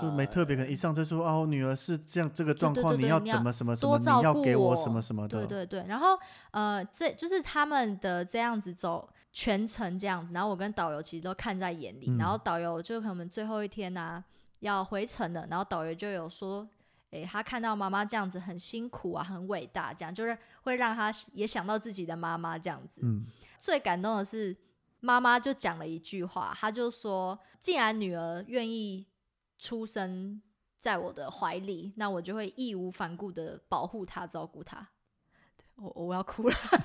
Speaker 1: 就没特别可能一上车说哦，女儿是这样这个状
Speaker 2: 呃对
Speaker 1: 况，
Speaker 2: 对
Speaker 1: 你
Speaker 2: 对
Speaker 1: 要
Speaker 2: 你要
Speaker 1: 怎么什么什
Speaker 2: 多
Speaker 1: 么，你
Speaker 2: 照
Speaker 1: 要
Speaker 2: 顾
Speaker 1: 给
Speaker 2: 我
Speaker 1: 什么什么的，
Speaker 2: 对对对，然后呃，这就是他们的这样子走全程这样子，然后我跟导游其实都看在眼里，
Speaker 1: 嗯
Speaker 2: 然后导游就可能我们最后一天啊要回程了，然后导游就有说。诶，他看到妈妈这样子很辛苦啊，很伟大，这样就是会让他也想到自己的妈妈这样子。
Speaker 1: 嗯，
Speaker 2: 最感动的是，妈妈就讲了一句话，她就说：“既然女儿愿意出生在我的怀里，那我就会义无反顾的保护她、照顾她。”我我要哭了， *laughs*
Speaker 1: *laughs*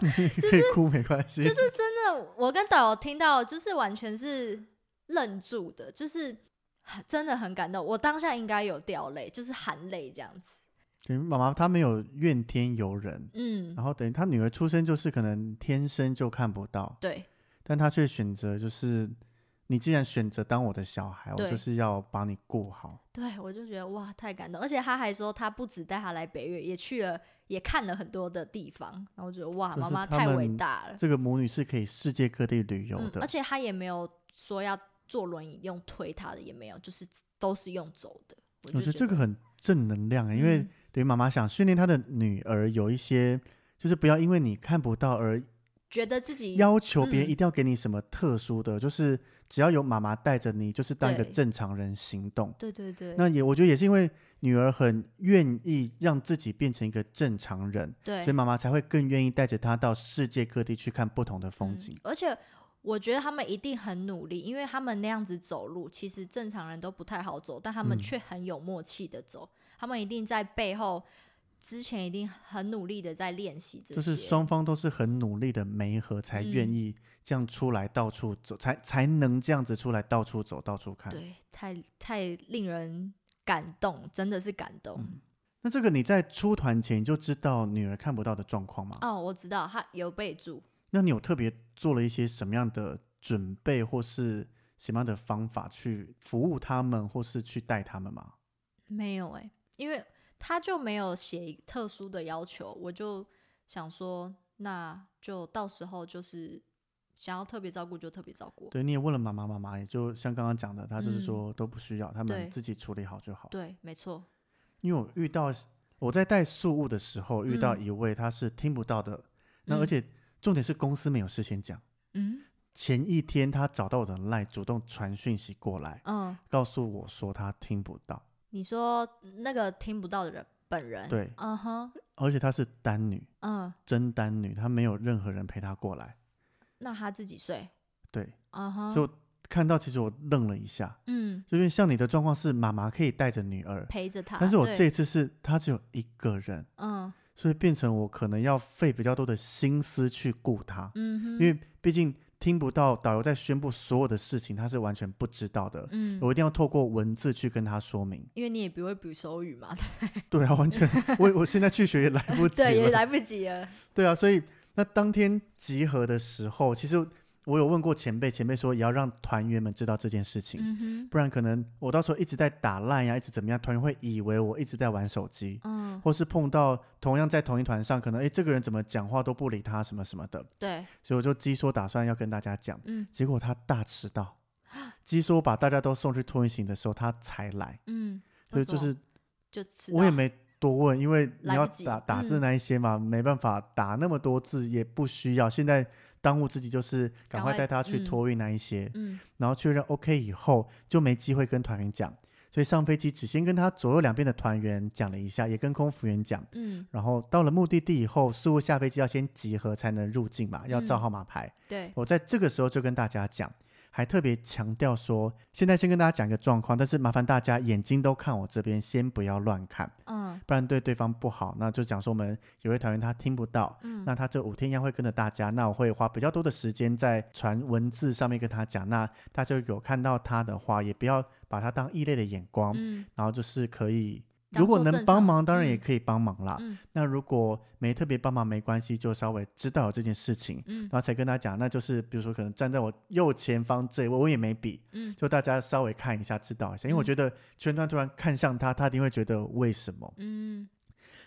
Speaker 1: 可以哭没关系，
Speaker 2: 就是真的，我跟导游听到就是完全是愣住的，就是真的很感动。我当下应该有掉泪，就是含泪这样子。
Speaker 1: 对妈妈她没有怨天尤人，
Speaker 2: 嗯，
Speaker 1: 然后等于她女儿出生就是可能天生就看不到，
Speaker 2: 对
Speaker 1: 但她却选择就是你既然选择当我的小孩，我
Speaker 2: 对
Speaker 1: 就是要把你顾好，
Speaker 2: 对，我就觉得哇，太感动。而且他还说，他不止带她来北越，也去了，也看了很多的地方。然后我觉得哇，
Speaker 1: 就是
Speaker 2: 妈妈
Speaker 1: 他
Speaker 2: 太
Speaker 1: 们
Speaker 2: 伟大了。
Speaker 1: 这个母女是可以世界各地旅游
Speaker 2: 嗯，
Speaker 1: 的，
Speaker 2: 而且他也没有说要坐轮椅用推他的，也没有，就是都是用走的。我
Speaker 1: 我觉得
Speaker 2: 就觉
Speaker 1: 这个很正能量，欸因为
Speaker 2: 嗯
Speaker 1: 等于妈妈想训练她的女儿有一些，就是不要因为你看不到而
Speaker 2: 觉得自己
Speaker 1: 要求别人
Speaker 2: 嗯
Speaker 1: 一定要给你什么特殊的，就是只要有妈妈带着你，就是当一个
Speaker 2: 对
Speaker 1: 正常人行动。
Speaker 2: 对对对，
Speaker 1: 那也我觉得也是因为女儿很愿意让自己变成一个正常人，所以
Speaker 2: 对，嗯
Speaker 1: 妈妈才会更愿意带着她到世界各地去看不同的风景。
Speaker 2: 而且我觉得他们一定很努力，因为他们那样子走路，其实正常人都不太好走，但他们
Speaker 1: 嗯
Speaker 2: 却很有默契的走。他们一定在背后之前一定很努力的在练习这些。
Speaker 1: 就是双方都是很努力的媒合，才愿
Speaker 2: 嗯
Speaker 1: 意这样出来到处走，才才能这样子出来到处走到处看。
Speaker 2: 对，太太令人感动，真的是感动。
Speaker 1: 嗯那这个你在出团前你就知道女儿看不到的状况吗？
Speaker 2: 哦，我知道他有备注，
Speaker 1: 那你有特别做了一些什么样的准备，或是什么样的方法去服务他们，或是去带他们吗？
Speaker 2: 没有哎、因为他就没有写特殊的要求，我就想说，那就到时候就是想要特别照顾就特别照顾。
Speaker 1: 对，你也问了妈妈，妈妈也就像刚刚讲的，她就是
Speaker 2: 嗯
Speaker 1: 说都不需要，他们
Speaker 2: 对
Speaker 1: 自己处理好就好。
Speaker 2: 对，没错，
Speaker 1: 因为我遇到我在带宿务的时候，遇到
Speaker 2: 嗯
Speaker 1: 一位他是听不到的，那
Speaker 2: 嗯
Speaker 1: 而且重点是公司没有事先讲，
Speaker 2: 嗯
Speaker 1: 前一天他找到我的 line，主动传讯息过来，
Speaker 2: 嗯，
Speaker 1: 告诉我说他听不到，
Speaker 2: 你说那个听不到的人本人，
Speaker 1: 对
Speaker 2: 嗯哼，
Speaker 1: 而且她是单女，
Speaker 2: 嗯，
Speaker 1: 真单女，她没有任何人陪她过来，
Speaker 2: 那他自己睡，
Speaker 1: 对，
Speaker 2: 嗯
Speaker 1: 所以我
Speaker 2: 哼，
Speaker 1: 看到其实我愣了一下，
Speaker 2: 嗯，
Speaker 1: 就是像你的状况是妈妈可以带着女儿，
Speaker 2: 陪着他。
Speaker 1: 但是我
Speaker 2: 对
Speaker 1: 这一次是她只有一个人，
Speaker 2: 嗯
Speaker 1: 所以变成我可能要费比较多的心思去顾她，
Speaker 2: 嗯哼，
Speaker 1: 因为毕竟听不到导游在宣布所有的事情，她是完全不知道的。
Speaker 2: 嗯，
Speaker 1: 我一定要透过文字去跟她说
Speaker 2: *laughs*
Speaker 1: 明，
Speaker 2: 因为你也不会比手语嘛，
Speaker 1: 对啊，完
Speaker 2: *laughs*
Speaker 1: 全，我我现在去学也来不及了，
Speaker 2: 对，也来不及
Speaker 1: *laughs*
Speaker 2: 了。
Speaker 1: 对啊，所以那当天集合的时候，其实我有问过前辈，前辈说也要让团员们知道这件事情，
Speaker 2: 嗯
Speaker 1: 不然可能我到时候一直在打烂呀、一直怎么样，团员会以为我一直在玩手机，
Speaker 2: 哼，嗯，
Speaker 1: 或是碰到同样在同一团上，可能诶这个人怎么讲话都不理他什么什么的，
Speaker 2: 对，
Speaker 1: 所以我就鸡说打算要跟大家讲，
Speaker 2: 嗯
Speaker 1: 结果他大迟
Speaker 2: *gasps*
Speaker 1: 到，鸡说把大家都送去托运行的时候他才来，
Speaker 2: 嗯，
Speaker 1: 所以
Speaker 2: 为什
Speaker 1: 就
Speaker 2: 么
Speaker 1: 是
Speaker 2: 就迟
Speaker 1: 我也
Speaker 2: 到
Speaker 1: 没多问，因为你
Speaker 2: 来
Speaker 1: 要
Speaker 2: 不及
Speaker 1: 打打字
Speaker 2: 嗯
Speaker 1: 那一些嘛，没办法打那么多字，也不需要。现在当务之急就是赶
Speaker 2: 赶
Speaker 1: 快
Speaker 2: 快
Speaker 1: 带他去
Speaker 2: 嗯
Speaker 1: 托运那一些，
Speaker 2: 嗯
Speaker 1: 然后确认 OK 以后就没机会跟团员讲，所以上飞机只先跟他左右两边的团员讲了一下，也跟空服员讲。
Speaker 2: 嗯，
Speaker 1: 然后到了目的地以后，事务下飞机要先集合才能入境嘛，要照
Speaker 2: 嗯
Speaker 1: 号码牌。
Speaker 2: 对，
Speaker 1: 我在这个时候就跟大家讲，还特别强调说，现在先跟大家讲一个状况，但是麻烦大家眼睛都看我这边，先不要乱看，
Speaker 2: 嗯
Speaker 1: 不然对对方不好。那就讲说我们有位团员他听不到，
Speaker 2: 嗯，
Speaker 1: 那他这五天一样会跟着大家，那我会花比较多的时间在传文字上面跟他讲。那大家有看到他的话，也不要把他当异类的眼光，
Speaker 2: 嗯
Speaker 1: 然后就是可以。
Speaker 2: 当
Speaker 1: 如果
Speaker 2: 作
Speaker 1: 能
Speaker 2: 正
Speaker 1: 帮
Speaker 2: 常
Speaker 1: 忙，当然
Speaker 2: 嗯
Speaker 1: 也可以帮忙啦。
Speaker 2: 嗯
Speaker 1: 那如果没特别帮忙没关系，就稍微知道有这件事情，
Speaker 2: 嗯
Speaker 1: 然后才跟他讲，那就是比如说可能站在我右前方这一位，我也没比，
Speaker 2: 嗯
Speaker 1: 就大家稍微看一下，知道一下，因为我
Speaker 2: 嗯
Speaker 1: 觉得全团突然看向他，他一定会觉得为什么。
Speaker 2: 嗯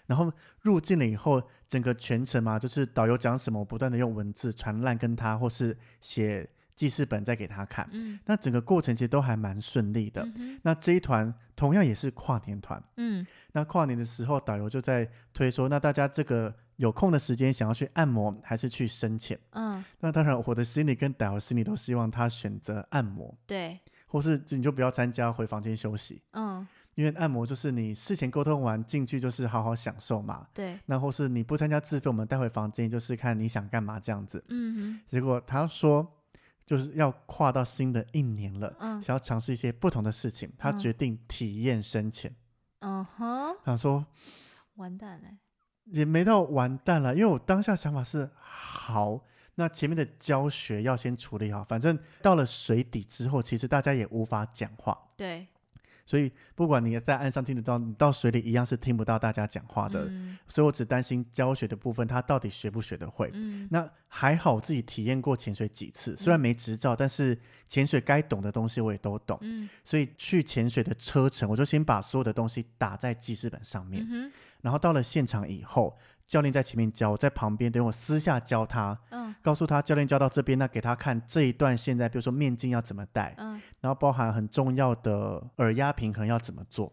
Speaker 1: 然后入境了以后，整个全程嘛，就是导游讲什么，我不断的用文字传烂跟他，或是写记事本再给他看。
Speaker 2: 嗯
Speaker 1: 那整个过程其实都还蛮顺利的。
Speaker 2: 嗯哼
Speaker 1: 那这一团同样也是跨年团，
Speaker 2: 嗯
Speaker 1: 那跨年的时候，导游就在推说，那大家这个有空的时间想要去按摩还是去深潜？
Speaker 2: 嗯，
Speaker 1: 那当然，我的心里跟导游心里都希望他选择按摩，
Speaker 2: 对，
Speaker 1: 或是你就不要参加，回房间休息，
Speaker 2: 嗯
Speaker 1: 因为按摩就是你事前沟通完进去就是好好享受嘛。
Speaker 2: 对，
Speaker 1: 那或是你不参加自费，我们带回房间，就是看你想干嘛这样子。
Speaker 2: 嗯
Speaker 1: 结果他说，就是要跨到新的一年了，
Speaker 2: 嗯
Speaker 1: 想要尝试一些不同的事情，他
Speaker 2: 嗯
Speaker 1: 决定体验深潜。
Speaker 2: 哼嗯哼，
Speaker 1: 他说
Speaker 2: 完蛋嘞，
Speaker 1: 也没到完蛋了，因为我当下想法是好。那前面的教学要先处理好，反正到了水底之后，其实大家也无法讲话，
Speaker 2: 对，
Speaker 1: 所以不管你在岸上听得到，你到水里一样是听不到大家讲话的。
Speaker 2: 嗯
Speaker 1: 所以我只担心教学的部分，他到底学不学得会。
Speaker 2: 嗯
Speaker 1: 那还好，我自己体验过潜水几次，虽然没执照，但是潜水该懂的东西我也都懂。
Speaker 2: 嗯
Speaker 1: 所以去潜水的车程，我就先把所有的东西打在记事本上面。
Speaker 2: 嗯哼
Speaker 1: 然后到了现场以后，教练在前面教，我在旁边等我私下教他，
Speaker 2: 嗯
Speaker 1: 告诉他教练教到这边，那给他看这一段现在，比如说面镜要怎么戴，
Speaker 2: 嗯，
Speaker 1: 然后包含很重要的耳压平衡要怎么做。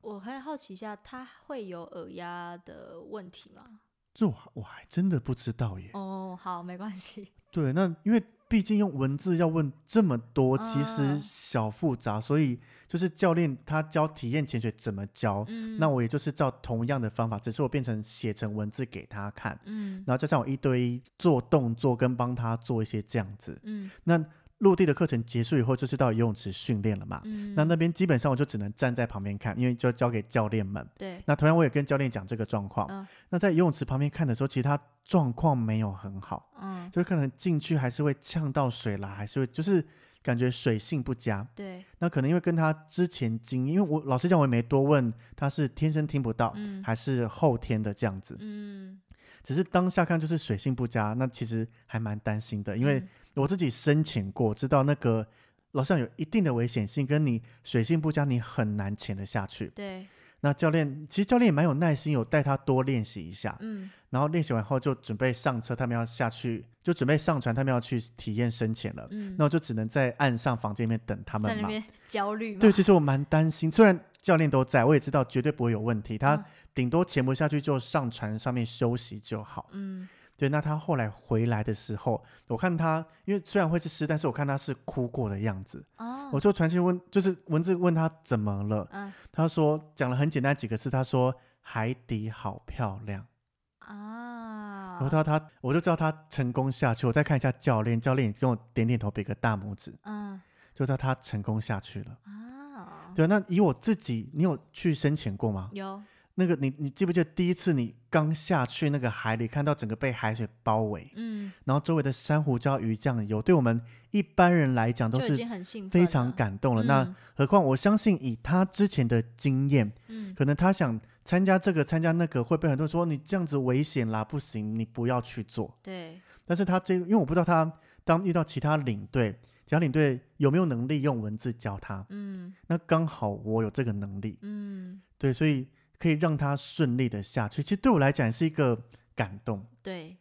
Speaker 2: 我很好奇一下，他会有耳压的问题吗？
Speaker 1: 这我还我还真的不知道耶。
Speaker 2: 哦，好，没关系，
Speaker 1: 对，那因为毕竟用文字要问这么多，其实
Speaker 2: 嗯
Speaker 1: 小复杂，所以就是教练他教体验潜水怎么教，
Speaker 2: *laughs* 嗯
Speaker 1: 那我也就是照同样的方法，只是我变成写成文字给他看，
Speaker 2: 嗯
Speaker 1: 然后加上我一对一做动作跟帮他做一些这样子。
Speaker 2: 嗯
Speaker 1: 那陆地的课程结束以后，就是到游泳池训练了嘛。
Speaker 2: 嗯，
Speaker 1: 那那边基本上我就只能站在旁边看，因为就交给教练们。
Speaker 2: 对，
Speaker 1: 那同样我也跟教练讲这个状况。
Speaker 2: 嗯
Speaker 1: 那在游泳池旁边看的时候，其实他状况没有很好，
Speaker 2: 嗯
Speaker 1: 就是可能进去还是会呛到水啦，还是会就是感觉水性不佳。
Speaker 2: 对，
Speaker 1: 那可能因为跟他之前经历，因为我老实讲我也没多问他是天生听不到、
Speaker 2: 嗯
Speaker 1: 还是后天的这样子，
Speaker 2: 嗯，
Speaker 1: 只是当下看就是水性不佳，那其实还蛮担心的，因为
Speaker 2: 嗯
Speaker 1: 我自己深潜过，知道那个老实讲有一定的危险性，跟你水性不佳你很难潜得下去。
Speaker 2: 对，
Speaker 1: 那教练其实教练也蛮有耐心，有带他多练习一下，
Speaker 2: 嗯
Speaker 1: 然后练习完后就准备上车，他们要下去，就准备上船，他们要去体验深潜了。
Speaker 2: 嗯，
Speaker 1: 那我就只能在岸上房间里面等他们
Speaker 2: 在那
Speaker 1: 嘛。
Speaker 2: 边 *laughs* 焦虑嘛，
Speaker 1: 对，其实我蛮担心，虽然教练都在，我也知道绝对不会有问题，他
Speaker 2: 嗯
Speaker 1: 顶多潜不下去就上船上面休息就好。
Speaker 2: 嗯
Speaker 1: 对，那他后来回来的时候，我看他，因为虽然会是湿，但是我看他是哭过的样子，
Speaker 2: 哦，
Speaker 1: 我就传讯问，就是文字问他怎么了，
Speaker 2: 嗯
Speaker 1: 他说讲了很简单几个字，他说海底好漂亮。
Speaker 2: 啊，
Speaker 1: 我知道他，我就知道他成功下去。我再看一下教练，教练也跟我点点头，比个大拇指，
Speaker 2: 嗯
Speaker 1: 就知道他成功下去了。
Speaker 2: 啊，
Speaker 1: 对啊，那以我自己，你有去深潜过吗？
Speaker 2: 有，
Speaker 1: 那个你你记不记得第一次你刚下去那个海里，看到整个被海水包围，
Speaker 2: 嗯，
Speaker 1: 然后周围的珊瑚礁、鱼这样游，对我们一般人来讲都
Speaker 2: 就已
Speaker 1: 是
Speaker 2: 经很兴奋
Speaker 1: 非
Speaker 2: 了，
Speaker 1: 常感动了。
Speaker 2: 嗯
Speaker 1: 那何况我相信以他之前的经验，
Speaker 2: 嗯
Speaker 1: 可能他想参加这个参加那个，会被很多人说你这样子危险啦，不行，你不要去做。
Speaker 2: 对，
Speaker 1: 但是他这，因为我不知道他当遇到其他领队，其他领队有没有能力用文字教他。
Speaker 2: 嗯
Speaker 1: 那刚好我有这个能力，
Speaker 2: 嗯
Speaker 1: 对，所以可以让他顺利的下去。其实对我来讲是一个感动。
Speaker 2: 对，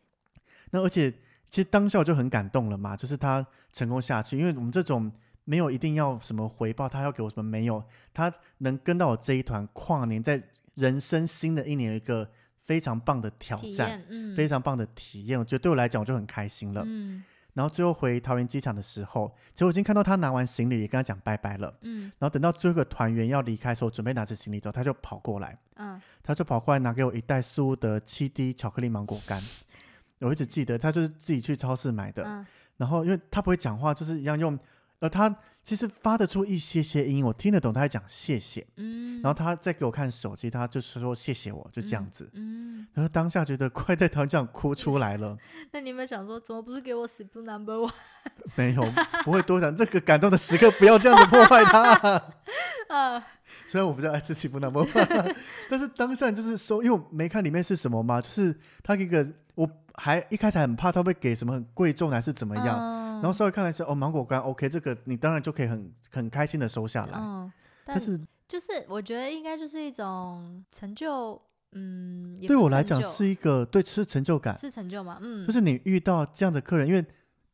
Speaker 1: 那而且其实当下我就很感动了嘛，就是他成功下去，因为我们这种没有一定要什么回报，他要给我什么没有，他能跟到我这一团跨年，在人生新的一年有一个非常棒的挑
Speaker 2: 体
Speaker 1: 战。
Speaker 2: 验，嗯，
Speaker 1: 非常棒的体验，我觉得对我来讲我就很开心了。
Speaker 2: 嗯
Speaker 1: 然后最后回桃园机场的时候，其实我已经看到他拿完行李，也跟他讲拜拜了。
Speaker 2: 嗯
Speaker 1: 然后等到最后一个团员要离开的时候，准备拿着行李走，他就跑过来，
Speaker 2: 嗯，
Speaker 1: 他就跑过来拿给我一袋苏的七滴巧克力芒果干。我一直记得，他就是自己去超市买的。
Speaker 2: 嗯
Speaker 1: 然后因为他不会讲话，就是一样用，呃，他其实发得出一些些音，我听得懂他在讲谢谢。
Speaker 2: 嗯，
Speaker 1: 然后他再给我看手机，他就是说谢谢我，就这样
Speaker 2: 嗯
Speaker 1: 子。
Speaker 2: 嗯，
Speaker 1: 然后当下觉得快在桃园机场哭出来了。
Speaker 2: 那你有没有想说，怎么不是给我 s p o o number one
Speaker 1: 没有，不会多想。这个感动的时刻，不要这样子破坏
Speaker 2: *laughs*
Speaker 1: 它。
Speaker 2: *laughs* 啊？
Speaker 1: 虽然我不知道爱吃媳妇那么， *laughs* 但是当下就是收，因为我没看里面是什么嘛，就是他一个，我还一开始还很怕他会给什么很贵重的还是怎么样，
Speaker 2: 嗯
Speaker 1: 哎然后稍微看了一下，哦，芒果干 OK，这个你当然就可以很很开心的收下来。
Speaker 2: 嗯，
Speaker 1: 但
Speaker 2: 但
Speaker 1: 是
Speaker 2: 就是我觉得应该就是一种成就，嗯，也
Speaker 1: 对
Speaker 2: 不
Speaker 1: 我来讲
Speaker 2: 成就是
Speaker 1: 一个对吃成就感，
Speaker 2: 是成就吗？嗯，
Speaker 1: 就是你遇到这样的客人，因为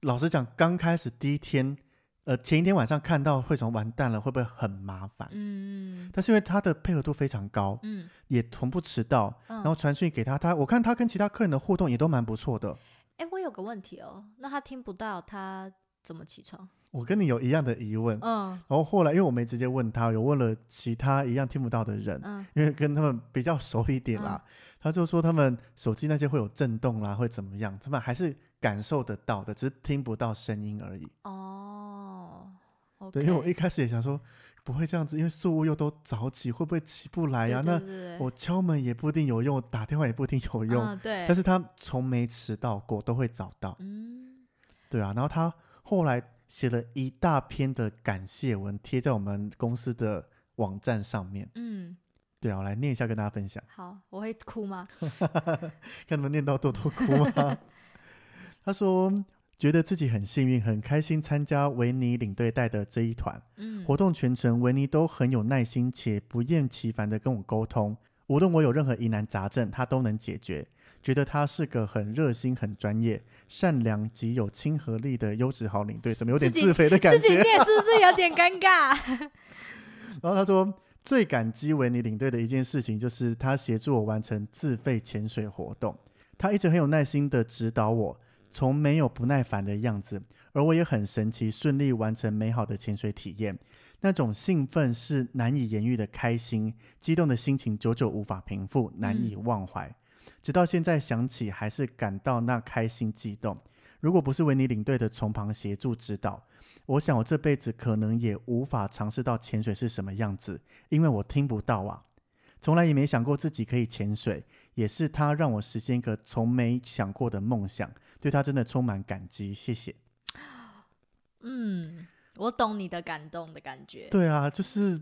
Speaker 1: 老实讲，刚开始第一天，呃，前一天晚上看到会从完蛋了，会不会很麻烦？
Speaker 2: 嗯
Speaker 1: 但是因为他的配合度非常高，
Speaker 2: 嗯
Speaker 1: 也从不迟到，
Speaker 2: 嗯，
Speaker 1: 然后传讯给他，他我看他跟其他客人的互动也都蛮不错的。
Speaker 2: 哎、我有个问题哦，那他听不到，他怎么起床？
Speaker 1: 我跟你有一样的疑问，
Speaker 2: 嗯
Speaker 1: 然后后来因为我没直接问他，有问了其他一样听不到的人，
Speaker 2: 嗯
Speaker 1: 因为跟他们比较熟一点啦，他就说他们手机那些会有震动啦，会怎么样，他们还是感受得到的，只是听不到声音而已。
Speaker 2: 哦，OK，
Speaker 1: 对，因为我一开始也想说不会这样子，因为宿务又都早起，会不会起不来呀、
Speaker 2: 对
Speaker 1: 那
Speaker 2: 对对
Speaker 1: 我敲门也不一定有用，我打电话也不一定有用。
Speaker 2: 嗯对，
Speaker 1: 但是他从没迟到过，都会早到。
Speaker 2: 嗯
Speaker 1: 对啊，然后他后来写了一大篇的感谢文，贴在我们公司的网站上面。
Speaker 2: 嗯
Speaker 1: 对啊，我来念一下跟大家分享，
Speaker 2: 好，我会哭吗？
Speaker 1: 看能不能念到豆豆哭吗？啊 *laughs* 他说觉得自己很幸运，很开心参加维尼领队带的这一团
Speaker 2: 嗯，
Speaker 1: 活动，全程维尼都很有耐心且不厌其烦的跟我沟通，无论我有任何疑难杂症，他都能解决。觉得他是个很热心、很专业、善良及有亲和力的优质好领队，怎么有点
Speaker 2: 自己
Speaker 1: 自肥的感觉？
Speaker 2: 自己念是不是有点尴尬？
Speaker 1: 然后他说，最感激维尼领队的一件事情就是他协助我完成自费潜水活动。他一直很有耐心的指导我，从没有不耐烦的样子，而我也很神奇，顺利完成美好的潜水体验。那种兴奋是难以言喻的开心，激动的心情久久无法平复，难以忘怀。直到现在想起，还是感到那开心激动。如果不是维尼领队的从旁协助指导，我想我这辈子可能也无法尝试到潜水是什么样子，因为我听不到啊。从来也没想过自己可以潜水，也是他让我实现一个从没想过的梦想，对他真的充满感激，谢谢。
Speaker 2: 嗯，我懂你的感动的感觉。
Speaker 1: 对啊，就是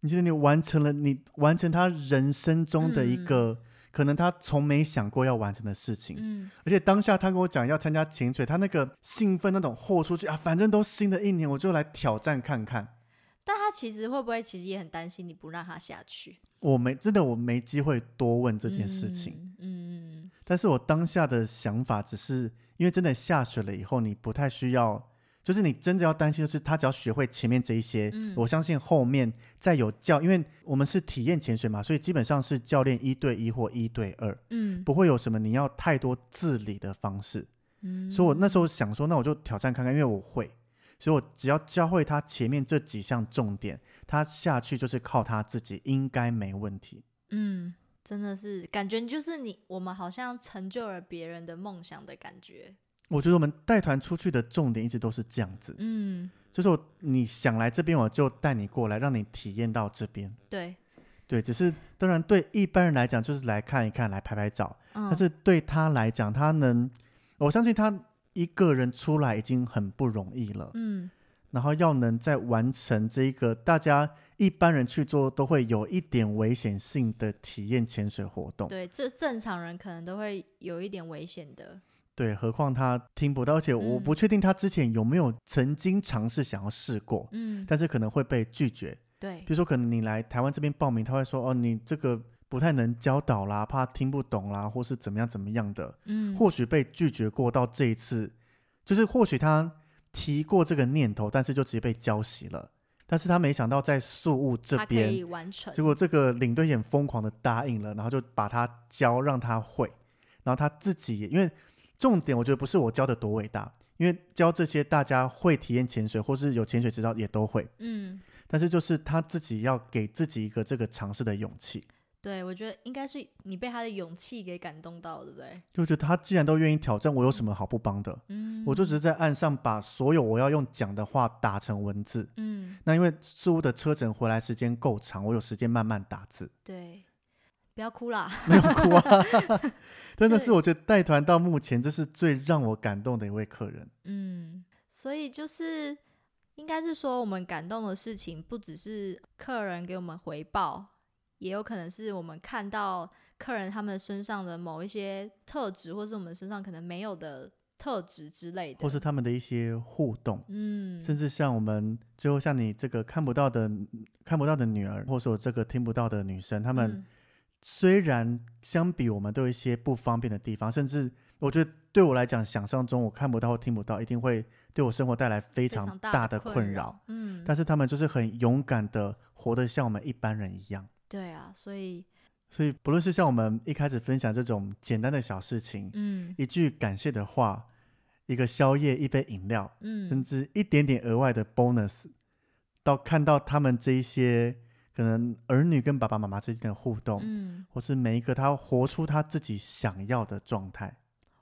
Speaker 1: 你觉得你完成了，你完成他人生中的一个、可能他从没想过要完成的事情，
Speaker 2: 嗯，
Speaker 1: 而且当下他跟我讲要参加潜水，他那个兴奋那种豁出去啊，反正都新的一年，我就来挑战看看。
Speaker 2: 但他其实会不会其实也很担心你不让他下去
Speaker 1: 我没真的我没机会多问这件事情，？
Speaker 2: 嗯嗯
Speaker 1: 但是我当下的想法只是因为真的下水了以后，你不太需要，就是你真的要担心，就是他只要学会前面这一些，
Speaker 2: 嗯
Speaker 1: 我相信后面再有教，因为我们是体验潜水嘛，所以基本上是教练一对一或一对二，
Speaker 2: 嗯
Speaker 1: 不会有什么你要太多自理的方式。
Speaker 2: 嗯
Speaker 1: 所以我那时候想说，那我就挑战看看，因为我会，所以我只要教会他前面这几项重点，他下去就是靠他自己，应该没问题。
Speaker 2: 嗯，真的是感觉就是你，我们好像成就了别人的梦想的感觉。
Speaker 1: 我觉得我们带团出去的重点一直都是这样子，
Speaker 2: 嗯，
Speaker 1: 就是我你想来这边，我就带你过来，让你体验到这边。
Speaker 2: 对，
Speaker 1: 对，只是当然对一般人来讲，就是来看一看，来拍拍照。
Speaker 2: 嗯
Speaker 1: 但是对他来讲，他能，我相信他一个人出来已经很不容易了。
Speaker 2: 嗯
Speaker 1: 然后要能再完成这一个大家一般人去做都会有一点危险性的体验潜水活动，
Speaker 2: 对，这正常人可能都会有一点危险的。
Speaker 1: 对何况他听不到，而且我
Speaker 2: 嗯
Speaker 1: 不确定他之前有没有曾经尝试想要试过，
Speaker 2: 嗯，
Speaker 1: 但是可能会被拒绝。
Speaker 2: 对
Speaker 1: 比，如说，可能你来台湾这边报名，他会说哦，你这个不太能教导啦，怕听不懂啦，或是怎么样怎么样的，
Speaker 2: 嗯，
Speaker 1: 或许被拒绝过，到这一次，就是或许他提过这个念头，但是就直接被浇熄了。但是他没想到在宿务这
Speaker 2: 他可以呃
Speaker 1: 边，
Speaker 2: 完成
Speaker 1: 结。果这个领队也很疯狂的答应了，然后就把他教让他会，然后他自己也因为重点，我觉得不是我教的多伟大，因为教这些大家会体验潜水或是有潜水执照也都会，
Speaker 2: 嗯，
Speaker 1: 但是就是他自己要给自己一个这个尝试的勇气，
Speaker 2: 对，我觉得应该是你被他的勇气给感动到，对不对？
Speaker 1: 就觉得他既然都愿意挑战，我有什么好不帮的？
Speaker 2: 嗯，
Speaker 1: 我就只是在岸上把所有我要用讲的话打成文字。
Speaker 2: 嗯，
Speaker 1: 那因为苏的车程回来时间够长，我有时间慢慢打字，
Speaker 2: 对，不要哭啦。 *laughs*
Speaker 1: 没有哭啊。真的是
Speaker 2: 对
Speaker 1: 我觉得带团到目前，这是最让我感动的一位客人。
Speaker 2: 嗯，所以就是应该是说，我们感动的事情不只是客人给我们回报，也有可能是我们看到客人他们身上的某一些特质，或是我们身上可能没有的特质之类的。
Speaker 1: 或是他们的一些互动，
Speaker 2: 嗯，
Speaker 1: 甚至像我们最后像你这个看不到的看不到的女儿，或者我这个听不到的女生，他
Speaker 2: 他
Speaker 1: 们、虽然相比我们都有一些不方便的地方，甚至我觉得对我来讲，想象中我看不到或听不到，一定会对我生活带来非
Speaker 2: 非常
Speaker 1: 常
Speaker 2: 大
Speaker 1: 的
Speaker 2: 困
Speaker 1: 困扰。。
Speaker 2: 嗯，
Speaker 1: 但是他们就是很勇敢的活得像我们一般人一样，
Speaker 2: 对啊，所以
Speaker 1: 所以不论是像我们一开始分享这种简单的小事情，
Speaker 2: 嗯
Speaker 1: 一句感谢的话，一个宵夜，一杯饮料，甚
Speaker 2: 嗯
Speaker 1: 至一点点额外的 bonus，到看到他们这一些可能儿女跟爸爸妈妈之间的互动，
Speaker 2: 嗯，
Speaker 1: 或是每一个他活出他自己想要的状态。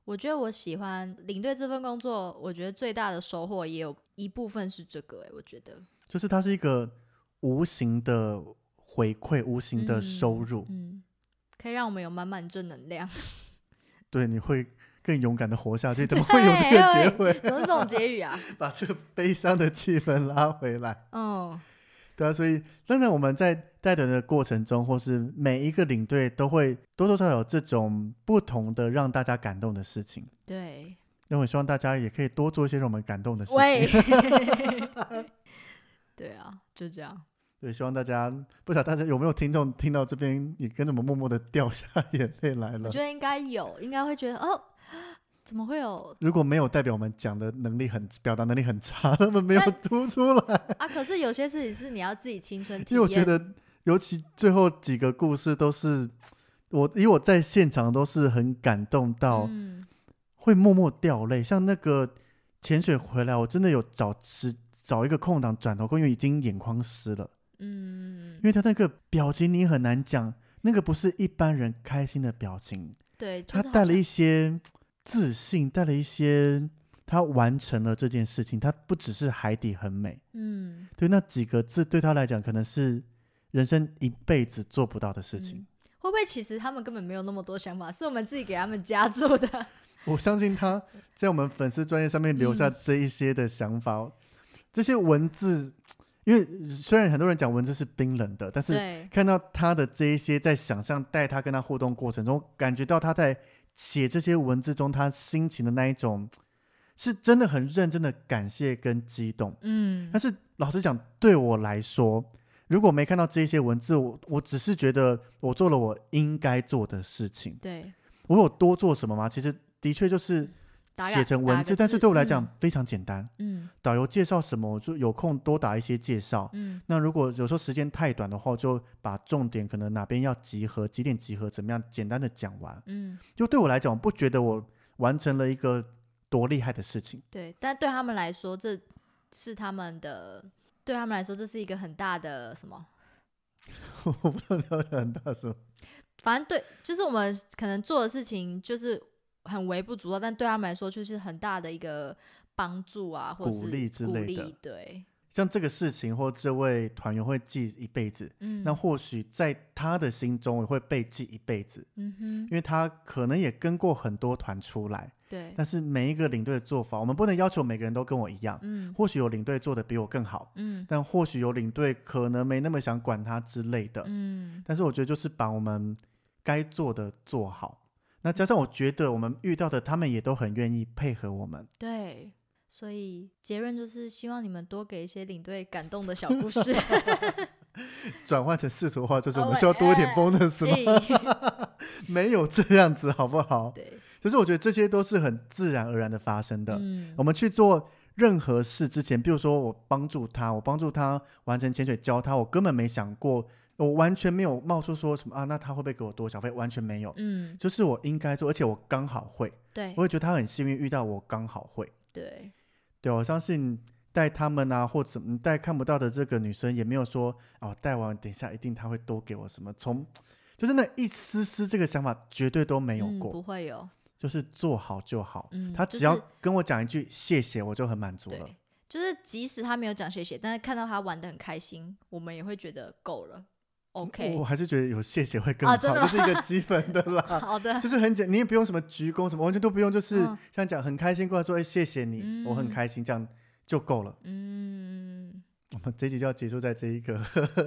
Speaker 2: 我觉得我喜欢领队这份工作，我觉得最大的收获也有一部分是这个、欸，我觉得，
Speaker 1: 就是它是一个无形的回馈，无形的收入，
Speaker 2: 嗯，可以让我们有满满正能量。
Speaker 1: 对，你会更勇敢的活下去。怎么会有这个结尾？
Speaker 2: 怎么是这种结语啊？
Speaker 1: *laughs* 把这个悲伤的气氛拉回来。
Speaker 2: 嗯，
Speaker 1: 对啊，所以当然我们在带团的过程中，或是每一个领队都会多多少少有这种不同的让大家感动的事情。
Speaker 2: 对，
Speaker 1: 那我希望大家也可以多做一些让我们感动的事
Speaker 2: 喂
Speaker 1: 情。，
Speaker 2: *laughs* 对啊，就这样。
Speaker 1: 对，希望大家不晓得大家有没有听众听到这边也跟着我们默默的掉下 *laughs* 眼泪来
Speaker 2: 我
Speaker 1: 了
Speaker 2: 觉。得应该有，应该会觉得哦，怎么会有
Speaker 1: 如果没有，代表我们讲的能力很表达能力很差，他们没有
Speaker 2: 但
Speaker 1: 突出
Speaker 2: *laughs*
Speaker 1: 来。
Speaker 2: 啊？可是有些事情是你要自己亲身体
Speaker 1: 因为
Speaker 2: 验。
Speaker 1: 我觉得，尤其最后几个故事都是我，因为我在现场都是很感动到
Speaker 2: 嗯
Speaker 1: 会默默掉泪。像那个潜水回来，我真的有找时找一个空档转头过，因为已经眼眶湿了，
Speaker 2: 嗯
Speaker 1: 因，为他那个表情你很难讲，那个不是一般人开心的表情，
Speaker 2: 对，就
Speaker 1: 他
Speaker 2: 是好
Speaker 1: 带了
Speaker 2: 像
Speaker 1: 一些自信，带了一些他完成了这件事情，他不只是海底很美，
Speaker 2: 嗯，
Speaker 1: 对那几个字对他来讲可能是人生一辈子做不到的事
Speaker 2: 嗯
Speaker 1: 情。
Speaker 2: 会不会其实他们根本没有那么多想法，是我们自己给他们加注的？
Speaker 1: 我相信他在我们粉丝专业上面留
Speaker 2: 嗯
Speaker 1: 下这一些的想法哦，这些文字，因为虽然很多人讲文字是冰冷的，但是
Speaker 2: 对，
Speaker 1: 看到他的这一些在想象带他跟他互动过程中，感觉到他在写这些文字中他心情的那一种，是真的很认真的感谢跟激动。
Speaker 2: 嗯
Speaker 1: 但，是老实讲，对我来说，如果没看到这些文字，我我只是觉得我做了我应该做的事情。
Speaker 2: 对，
Speaker 1: 我有多做什么吗？其实的确就是
Speaker 2: 打
Speaker 1: 写
Speaker 2: 个
Speaker 1: 成
Speaker 2: 打
Speaker 1: 文
Speaker 2: 个
Speaker 1: 字，但是对我来讲
Speaker 2: 嗯
Speaker 1: 非常简单。
Speaker 2: 嗯
Speaker 1: 导游介绍什么，我就有空多打一些介绍。
Speaker 2: 嗯
Speaker 1: 那如果有时候时间太短的话，我就把重点可能哪边要集合，几点集合，怎么样，简单的讲完。
Speaker 2: 嗯，
Speaker 1: 就对我来讲，我不觉得我完成了一个多厉害的事情。 *laughs*
Speaker 2: 对，但对他们来说，这是他们的，对他们来说，这是一个很大的什么？
Speaker 1: 我不知道聊得很大声。
Speaker 2: 反正对，就是我们可能做的事情就是很微不足道，但对他们来说就是很大的一个帮助啊，或者
Speaker 1: 鼓
Speaker 2: 是
Speaker 1: 励之
Speaker 2: 鼓
Speaker 1: 类
Speaker 2: 励
Speaker 1: 的
Speaker 2: 对，
Speaker 1: 像这个事情或这位团员会记一辈子，
Speaker 2: 嗯，
Speaker 1: 那或许在他的心中也会被记一辈子，
Speaker 2: 嗯哼
Speaker 1: 因，为他可能也跟过很多团出来，
Speaker 2: 对，
Speaker 1: 但是每一个领队的做法，我们不能要求每个人都跟我一样。
Speaker 2: 嗯
Speaker 1: 或许有领队做的比我更好，
Speaker 2: 嗯
Speaker 1: 但或许有领队可能没那么想管他之类的。
Speaker 2: 嗯
Speaker 1: 但是我觉得就是把我们该做的做好。那加上我觉得我们遇到的，他们也都很愿意配合我们。
Speaker 2: 对，所以结论就是希望你们多给一些领队感动的小
Speaker 1: *laughs*
Speaker 2: 故事。
Speaker 1: 转换成世俗话，就是我
Speaker 2: 哦
Speaker 1: 们需要多一点
Speaker 2: 哎
Speaker 1: bonus 吗？
Speaker 2: 哎
Speaker 1: 没有这样子，好不好？
Speaker 2: *laughs* 对，
Speaker 1: 就是我觉得这些都是很自然而然的发生的。
Speaker 2: 嗯
Speaker 1: 我们去做任何事之前，比如说我帮助他，我帮助他完成潜水，教他，我根本没想过，我完全没有冒出说什么啊，那他会不会给我多小费？完全没有，
Speaker 2: 嗯，
Speaker 1: 就是我应该做，而且我刚好会，
Speaker 2: 对
Speaker 1: 我也觉得他很幸运遇到我刚好会。
Speaker 2: 对，
Speaker 1: 对，我相信带他们啊，或者带看不到的这个女生，也没有说哦，带完等一下一定他会多给我什么，从就是那一丝丝这个想法绝对都没有
Speaker 2: 嗯
Speaker 1: 过，
Speaker 2: 不会有，
Speaker 1: 就是做好就好。
Speaker 2: 嗯
Speaker 1: 他
Speaker 2: 就
Speaker 1: 只要
Speaker 2: 是
Speaker 1: 跟我讲一句谢谢，我就很满足了
Speaker 2: 对。，就是即使他没有讲谢谢，但是看到他玩的很开心，我们也会觉得够了，OK，
Speaker 1: 我还是觉得有谢谢会更好，
Speaker 2: 啊真的
Speaker 1: 这
Speaker 2: 吗
Speaker 1: 是一个积分的啦。
Speaker 2: *laughs* 好的，
Speaker 1: 就是很简，你也不用什么鞠躬什么，完全都不用，就是
Speaker 2: 嗯
Speaker 1: 像讲很开心过来说，哎，谢谢你，我很
Speaker 2: 嗯
Speaker 1: 开心，这样就够了。
Speaker 2: 嗯，
Speaker 1: 我们 *laughs* 这集就要结束在这一个 *laughs*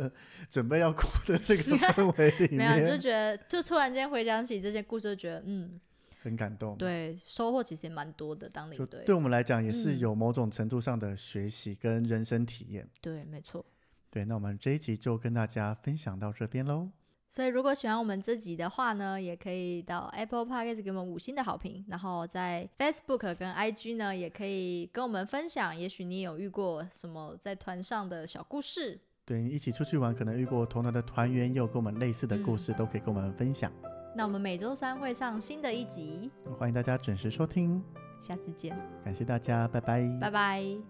Speaker 1: 准备要哭的这
Speaker 2: *laughs*
Speaker 1: 个氛围里
Speaker 2: 没有，啊就
Speaker 1: 面，
Speaker 2: 觉得就突然间回想起这些故事，就觉得嗯，
Speaker 1: 很感动。，
Speaker 2: 对，收获其实也蛮多的，当领
Speaker 1: 就
Speaker 2: 队，
Speaker 1: 对我们来讲也是
Speaker 2: 嗯
Speaker 1: 有某种程度上的学习跟人生体验。
Speaker 2: 对，没错。
Speaker 1: 对，那我们这一集就跟大家分享到这边喽。
Speaker 2: 所以，如果喜欢我们这集的话呢，也可以到 Apple Podcast 给我们五星的好评，然后在 Facebook 跟 IG 呢，也可以跟我们分享。也许你有遇过什么在团上的小故事，
Speaker 1: 对，一起出去玩，可能遇过同团的团员，也有跟我们类似的故
Speaker 2: 嗯
Speaker 1: 事，都可以跟我们分享。
Speaker 2: 那我们每周三会上新的一集，
Speaker 1: 欢迎大家准时收听，
Speaker 2: 下次见，
Speaker 1: 感谢大家，拜拜，
Speaker 2: 拜拜。